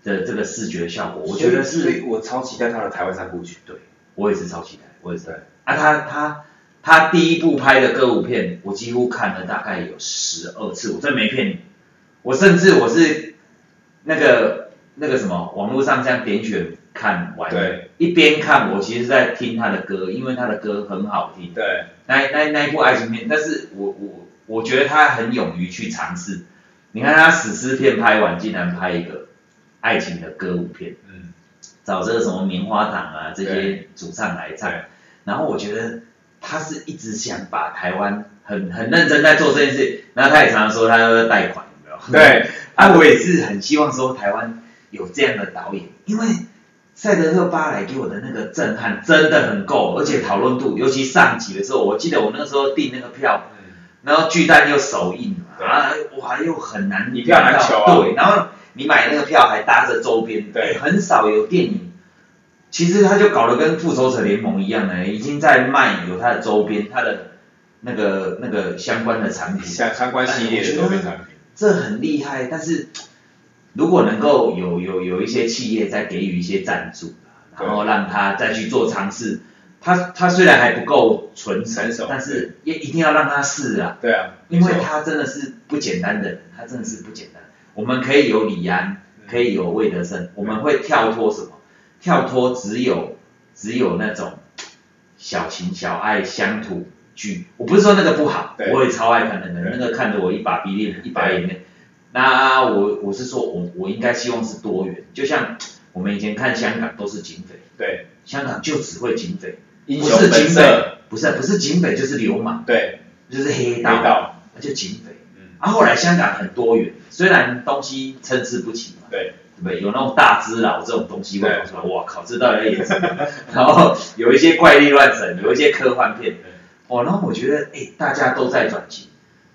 S2: 的这个视觉效果，我觉
S1: 所
S2: 得
S1: 以
S2: 是
S1: 所以我超期待他的台湾三部曲。
S2: 对，我也是超期待，我也是
S1: 对。
S2: 啊，他他他第一部拍的歌舞片，我几乎看了大概有十二次，我真没骗你。我甚至我是那个那个什么网络上这样点选看完，
S1: 对，
S2: 一边看我其实在听他的歌，因为他的歌很好听。
S1: 对，
S2: 那一那一那一部爱情片，但是我我我觉得他很勇于去尝试。你看他史诗片拍完，竟然拍一个爱情的歌舞片，
S1: 嗯，
S2: 找这个什么棉花糖啊这些
S1: 对
S2: 主唱来唱
S1: 对，
S2: 然后我觉得他是一直想把台湾很很认真在做这件事，然后他也常常说他要贷款，有没有？
S1: 对，
S2: 啊，我也是很希望说台湾有这样的导演，因为赛德克巴莱给我的那个震撼真的很够，而且讨论度，尤其上集的时候，我记得我那时候订那个票，
S1: 嗯，
S2: 然后巨蛋又首映嘛，
S1: 对
S2: 啊，哇，又很难
S1: 一票难求啊
S2: 买到对，然后你买那个票还搭着周边，
S1: 对
S2: 很少有电影。其实他就搞得跟复仇者联盟一样呢，已经在卖有他的周边，他的那个那个相关的产品，
S1: 相相关系列的周边产品，
S2: 这很厉害，但是如果能够有有有一些企业再给予一些赞助，啊
S1: 对
S2: 然后让他再去做尝试，他他虽然还不够纯
S1: 成熟
S2: 但是也一定要让他试啊，
S1: 对啊，
S2: 因为
S1: 没错
S2: 他真的是不简单的人，他真的是不简单。我们可以有李安，
S1: 嗯
S2: 可以有魏德胜，我们会跳脱什么？跳脱只有只有那种小情小爱乡土剧。我不是说那个不好，
S1: 对
S2: 我也超爱看那个，
S1: 对
S2: 那个看着我一把鼻涕一把
S1: 对
S2: 眼泪。那我我是说我我应该希望是多元，就像我们以前看香港都是警匪，
S1: 对，
S2: 香港就只会警匪，
S1: 英
S2: 不
S1: 雄
S2: 是
S1: 本
S2: 警匪
S1: 色，，
S2: 不是不是警匪就是流氓，
S1: 对，
S2: 就是黑
S1: 黑
S2: 道。
S1: 道，
S2: 那就警匪。
S1: 嗯，
S2: 啊，后来香港很多元，虽然东西参差不齐嘛，
S1: 对，
S2: 对不对？有那种大只佬这种东西会跑出来，哇靠，这到底在演什么？ 然后有一些怪力乱神，有一些科幻片，哦，然后我觉得，哎，大家都在转型。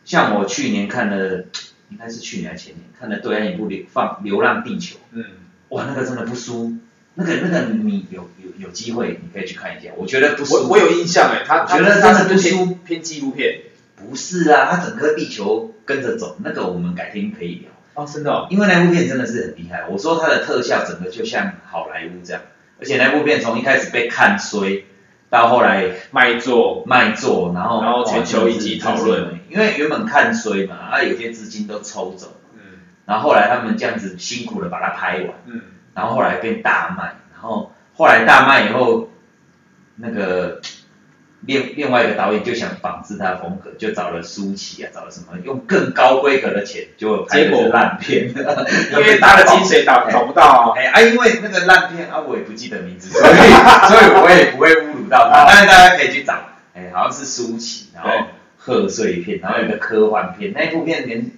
S2: 像我去年看了，应该是去年还是前年看了对岸一部流放《流浪地球》，
S1: 嗯，
S2: 哇，那个真的不输，那个那个你有有有机会你可以去看一下，我觉得不输。
S1: 我我有印象哎，他
S2: 我觉
S1: 他
S2: 得真的
S1: 他是
S2: 不
S1: 偏
S2: 输
S1: 偏纪录片
S2: 不是啊，它整个地球跟着走，那个我们改天可以聊。
S1: 哦，真的哦，
S2: 因为那部片真的是很厉害，我说它的特效整个就像好莱坞这样，而且那部片从一开始被看衰，到后来
S1: 卖座，
S2: 卖座，然后
S1: 然后全球一起讨论，
S2: 哇哦真的是因为原本看衰嘛，啊有些资金都抽走，
S1: 嗯
S2: 然后后来他们这样子辛苦的把它拍完，
S1: 嗯，
S2: 然后后来变大卖，然后后来大卖以后，那个另另外一个导演就想仿制他的风格，就找了舒淇啊，找了什么用更高规格的钱，结果拍的是烂片，
S1: 因为他的薪水打
S2: 哎
S1: 找不到啊，
S2: 哎啊，因为那个烂片啊，我也不记得名字，所以所以我也不会侮辱到他。但是大家可以去找，哎，好像是舒淇，然
S1: 对
S2: 后哎贺岁片，然后有个科幻片，那一部片连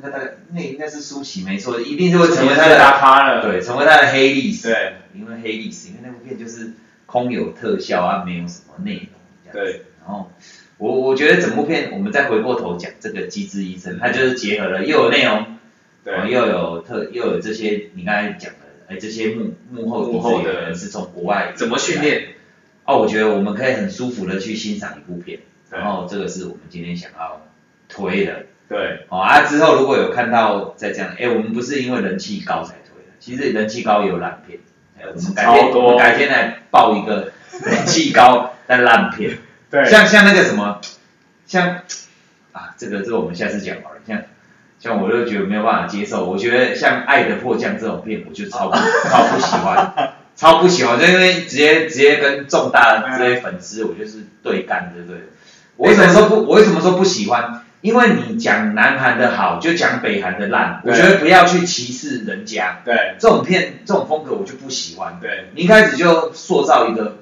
S2: 那个大概那应该是舒淇没错，一定就会成为他
S1: 太
S2: 的
S1: 大咖了，
S2: 对，成为他的黑历史。
S1: 对
S2: 因为黑历史，因为那部片就是空有特效啊，没有什么内容这样子。
S1: 对，
S2: 然后我我觉得整部片，我们再回过头讲这个《机智医生》，它就是结合了又有内容，然后
S1: 对
S2: 又有特又有这些你刚才讲的，哎，这些幕幕后
S1: 幕后的
S2: 底子有人是从国外
S1: 怎么训？练？
S2: 哦，我觉得我们可以很舒服的去欣赏一部片，
S1: 对
S2: 然后这个是我们今天想要推的。
S1: 对，
S2: 哦啊，之后如果有看到再这样，哎，我们不是因为人气高才推的，其实人气高也有烂片，哎我们改
S1: 超
S2: 天
S1: 多
S2: 我们改天来报一个人气高但烂片，
S1: 对
S2: 像像那个什么，像啊，这个这个我们下次讲好了，像。像我就觉得没有办法接受，我觉得像《爱的迫降》这种片，我 就超不超不喜欢，超不喜欢，就因为直接直接跟重大的这些粉丝，我就是对干，对不对？我为什么说不？我为什么说不喜欢？因为你讲南韩的好，就讲北韩的烂，我
S1: 对
S2: 觉得不要去歧视人家。
S1: 对
S2: 这种片、这种风格我就不喜欢。
S1: 对
S2: 你一开始就塑造一个，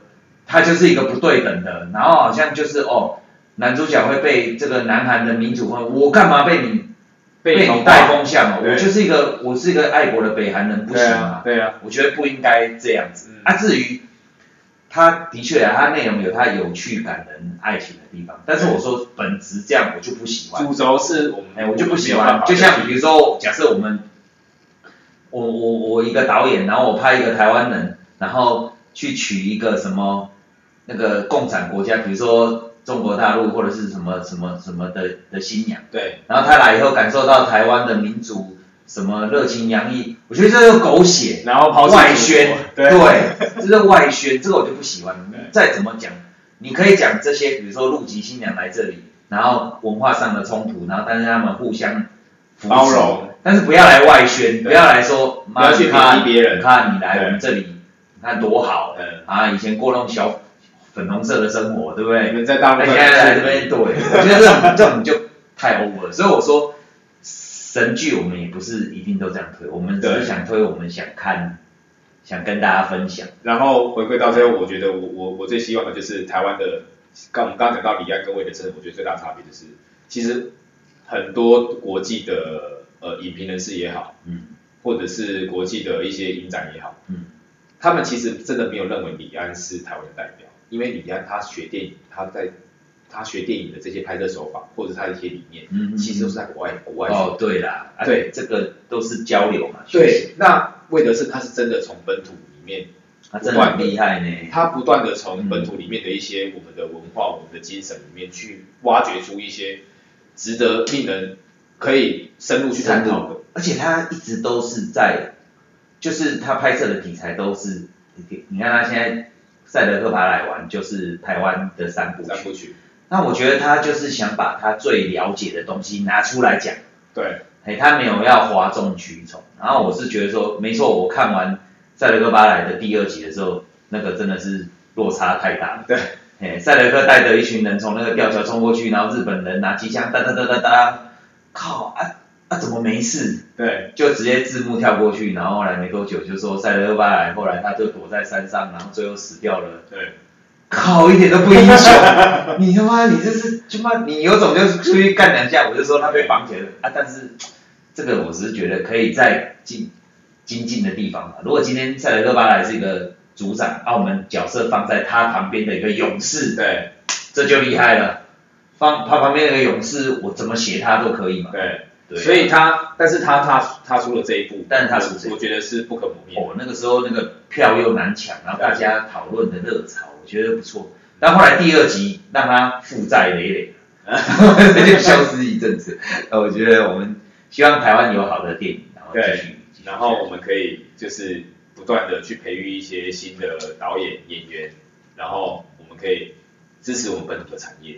S2: 它就是一个不对等的，然后好像就是哦，男主角会被这个南韩的民主问，我干嘛被你
S1: 被
S2: 你
S1: 同
S2: 带
S1: 化
S2: 风向哦？
S1: 对
S2: 我就是一个我是一个爱国的北韩人，不
S1: 对
S2: 行
S1: 啊，对啊，
S2: 我觉得不应该这样子。
S1: 嗯
S2: 啊，至于它的确啊，它内容有它有趣、感人、爱情的地方，但是我说本质这样我就不喜欢，
S1: 主轴是我们，
S2: 啊哎，我就不喜
S1: 没有办
S2: 欢。
S1: 法
S2: 就像比如说，假设我们，我我我一个导演，然后我拍一个台湾人，然后去取一个什么那个共产国家，比如说中国大陆或者是什么什么什么的的新娘。
S1: 对，
S2: 然后他来以后感受到台湾的民主什么热情洋溢，我觉得这就是狗血，
S1: 然后抛弃
S2: 外
S1: 祖
S2: 宣
S1: 国，
S2: 对，
S1: 对，
S2: 这是外宣，这个我就不喜欢
S1: 对。
S2: 再怎么讲，你可以讲这些，比如说陆籍新娘来这里，然后文化上的冲突，然后但是他们互相扶持
S1: 包容，
S2: 但是不要来外宣，
S1: 对
S2: 不要来说，
S1: 不要去
S2: 妈你看
S1: 贬低别人
S2: 你看你来
S1: 对
S2: 我们这里，你看多好
S1: 嗯，
S2: 啊！以前过那种小粉红色的生活，对不对
S1: 你？们在大陆
S2: 那现在来这边，对，我觉得这种这种就太 over 了。所以我说，神剧我们也不是一定都这样推，我们只是
S1: 对
S2: 想推我们想看、想跟大家分享。
S1: 然后回归到最后，我觉得我我我最希望的就是台湾的，刚我们刚刚讲到离岸跟魏德生，我觉得最大差别就是，其实很多国际的呃影评人士也好，
S2: 嗯
S1: 或者是国际的一些影展也好，
S2: 嗯，
S1: 他们其实真的没有认为李安是台湾的代表，因为李安他学电影，他在他学电影的这些拍摄手法或者他的一些理念，
S2: 嗯嗯
S1: 其实都是在国外国外学的
S2: 哦，对啦，啊
S1: 对
S2: 这个都是交流嘛，学习，
S1: 对，那魏德圣他是真的从本土里面，
S2: 他真的很厉害呢。
S1: 他不断的
S2: 嗯
S1: 从本土里面的一些我们的文化、我们的精神里面去挖掘出一些值得令人可以深入去探讨的。
S2: 而且他一直都是在，就是他拍摄的题材都是，你看他现在《赛德克巴莱玩》就是台湾的三部曲，
S1: 三部曲，
S2: 那我觉得他就是想把他最了解的东西拿出来讲，
S1: 对，
S2: 哎，他没有要哗众取宠。然后我是觉得说，没错，我看完《赛德克巴莱》的第二集的时候，那个真的是落差太大了。
S1: 对，
S2: 哎，赛德克带着一群人从那个吊桥冲过去，然后日本人拿机枪哒哒哒哒哒，靠啊啊怎么没事？
S1: 对，
S2: 就直接字幕跳过去，然后后来没多久就说赛德克巴莱，后来他就躲在山上，然后最后死掉了。
S1: 对，
S2: 靠，一点都不英雄！你他妈，你这是他妈，你有种就出去干两下，我就说他被绑起来了啊！但是这个我只是觉得可以在精精进的地方嘛。如果今天塞德克巴莱是一个组长，啊，我们角色放在他旁边的一个勇士，
S1: 对，
S2: 这就厉害了。放他旁边的一个勇士，我怎么写他都可以嘛。
S1: 对，
S2: 对啊
S1: 所以他，但是他踏踏出了这一步，
S2: 但是踏出这一步
S1: 我我觉得是不可磨灭的。
S2: 哦，那个时候那个票又难抢，然后大家讨论的热潮，我觉得不错。但后来第二集让他负债累累，他 就消失一阵子。呃，我觉得我们希望台湾有好的电影，然后继续，继续
S1: 然后我们可以就是不断的去培育一些新的导演、演员，然后我们可以支持我们本土的产业。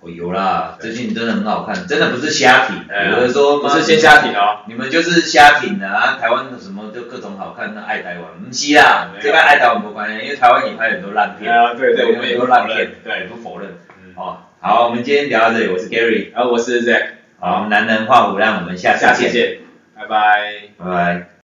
S2: 哦有啦，
S1: 对
S2: 最近真的很好看，真的不是瞎挺，
S1: 哎
S2: 有的说
S1: 不是先瞎挺哦，
S2: 你们就是瞎挺的啊！台湾的什么就各种好看，那爱台湾，不是啦
S1: 没，有
S2: 这跟爱台湾没关系，因为台湾也拍很多烂片，
S1: 啊对对
S2: 我们也
S1: 我
S2: 有
S1: 们也不
S2: 烂
S1: 否认
S2: 片，
S1: 对
S2: 也不否认。
S1: 嗯，
S2: 哦，好，我们今天聊到这里，我是 Gary。
S1: 啊，我是 Zack，
S2: 好，男人画虎烂，我们下次
S1: 下次
S2: 见，
S1: 见，拜拜。
S2: 拜拜。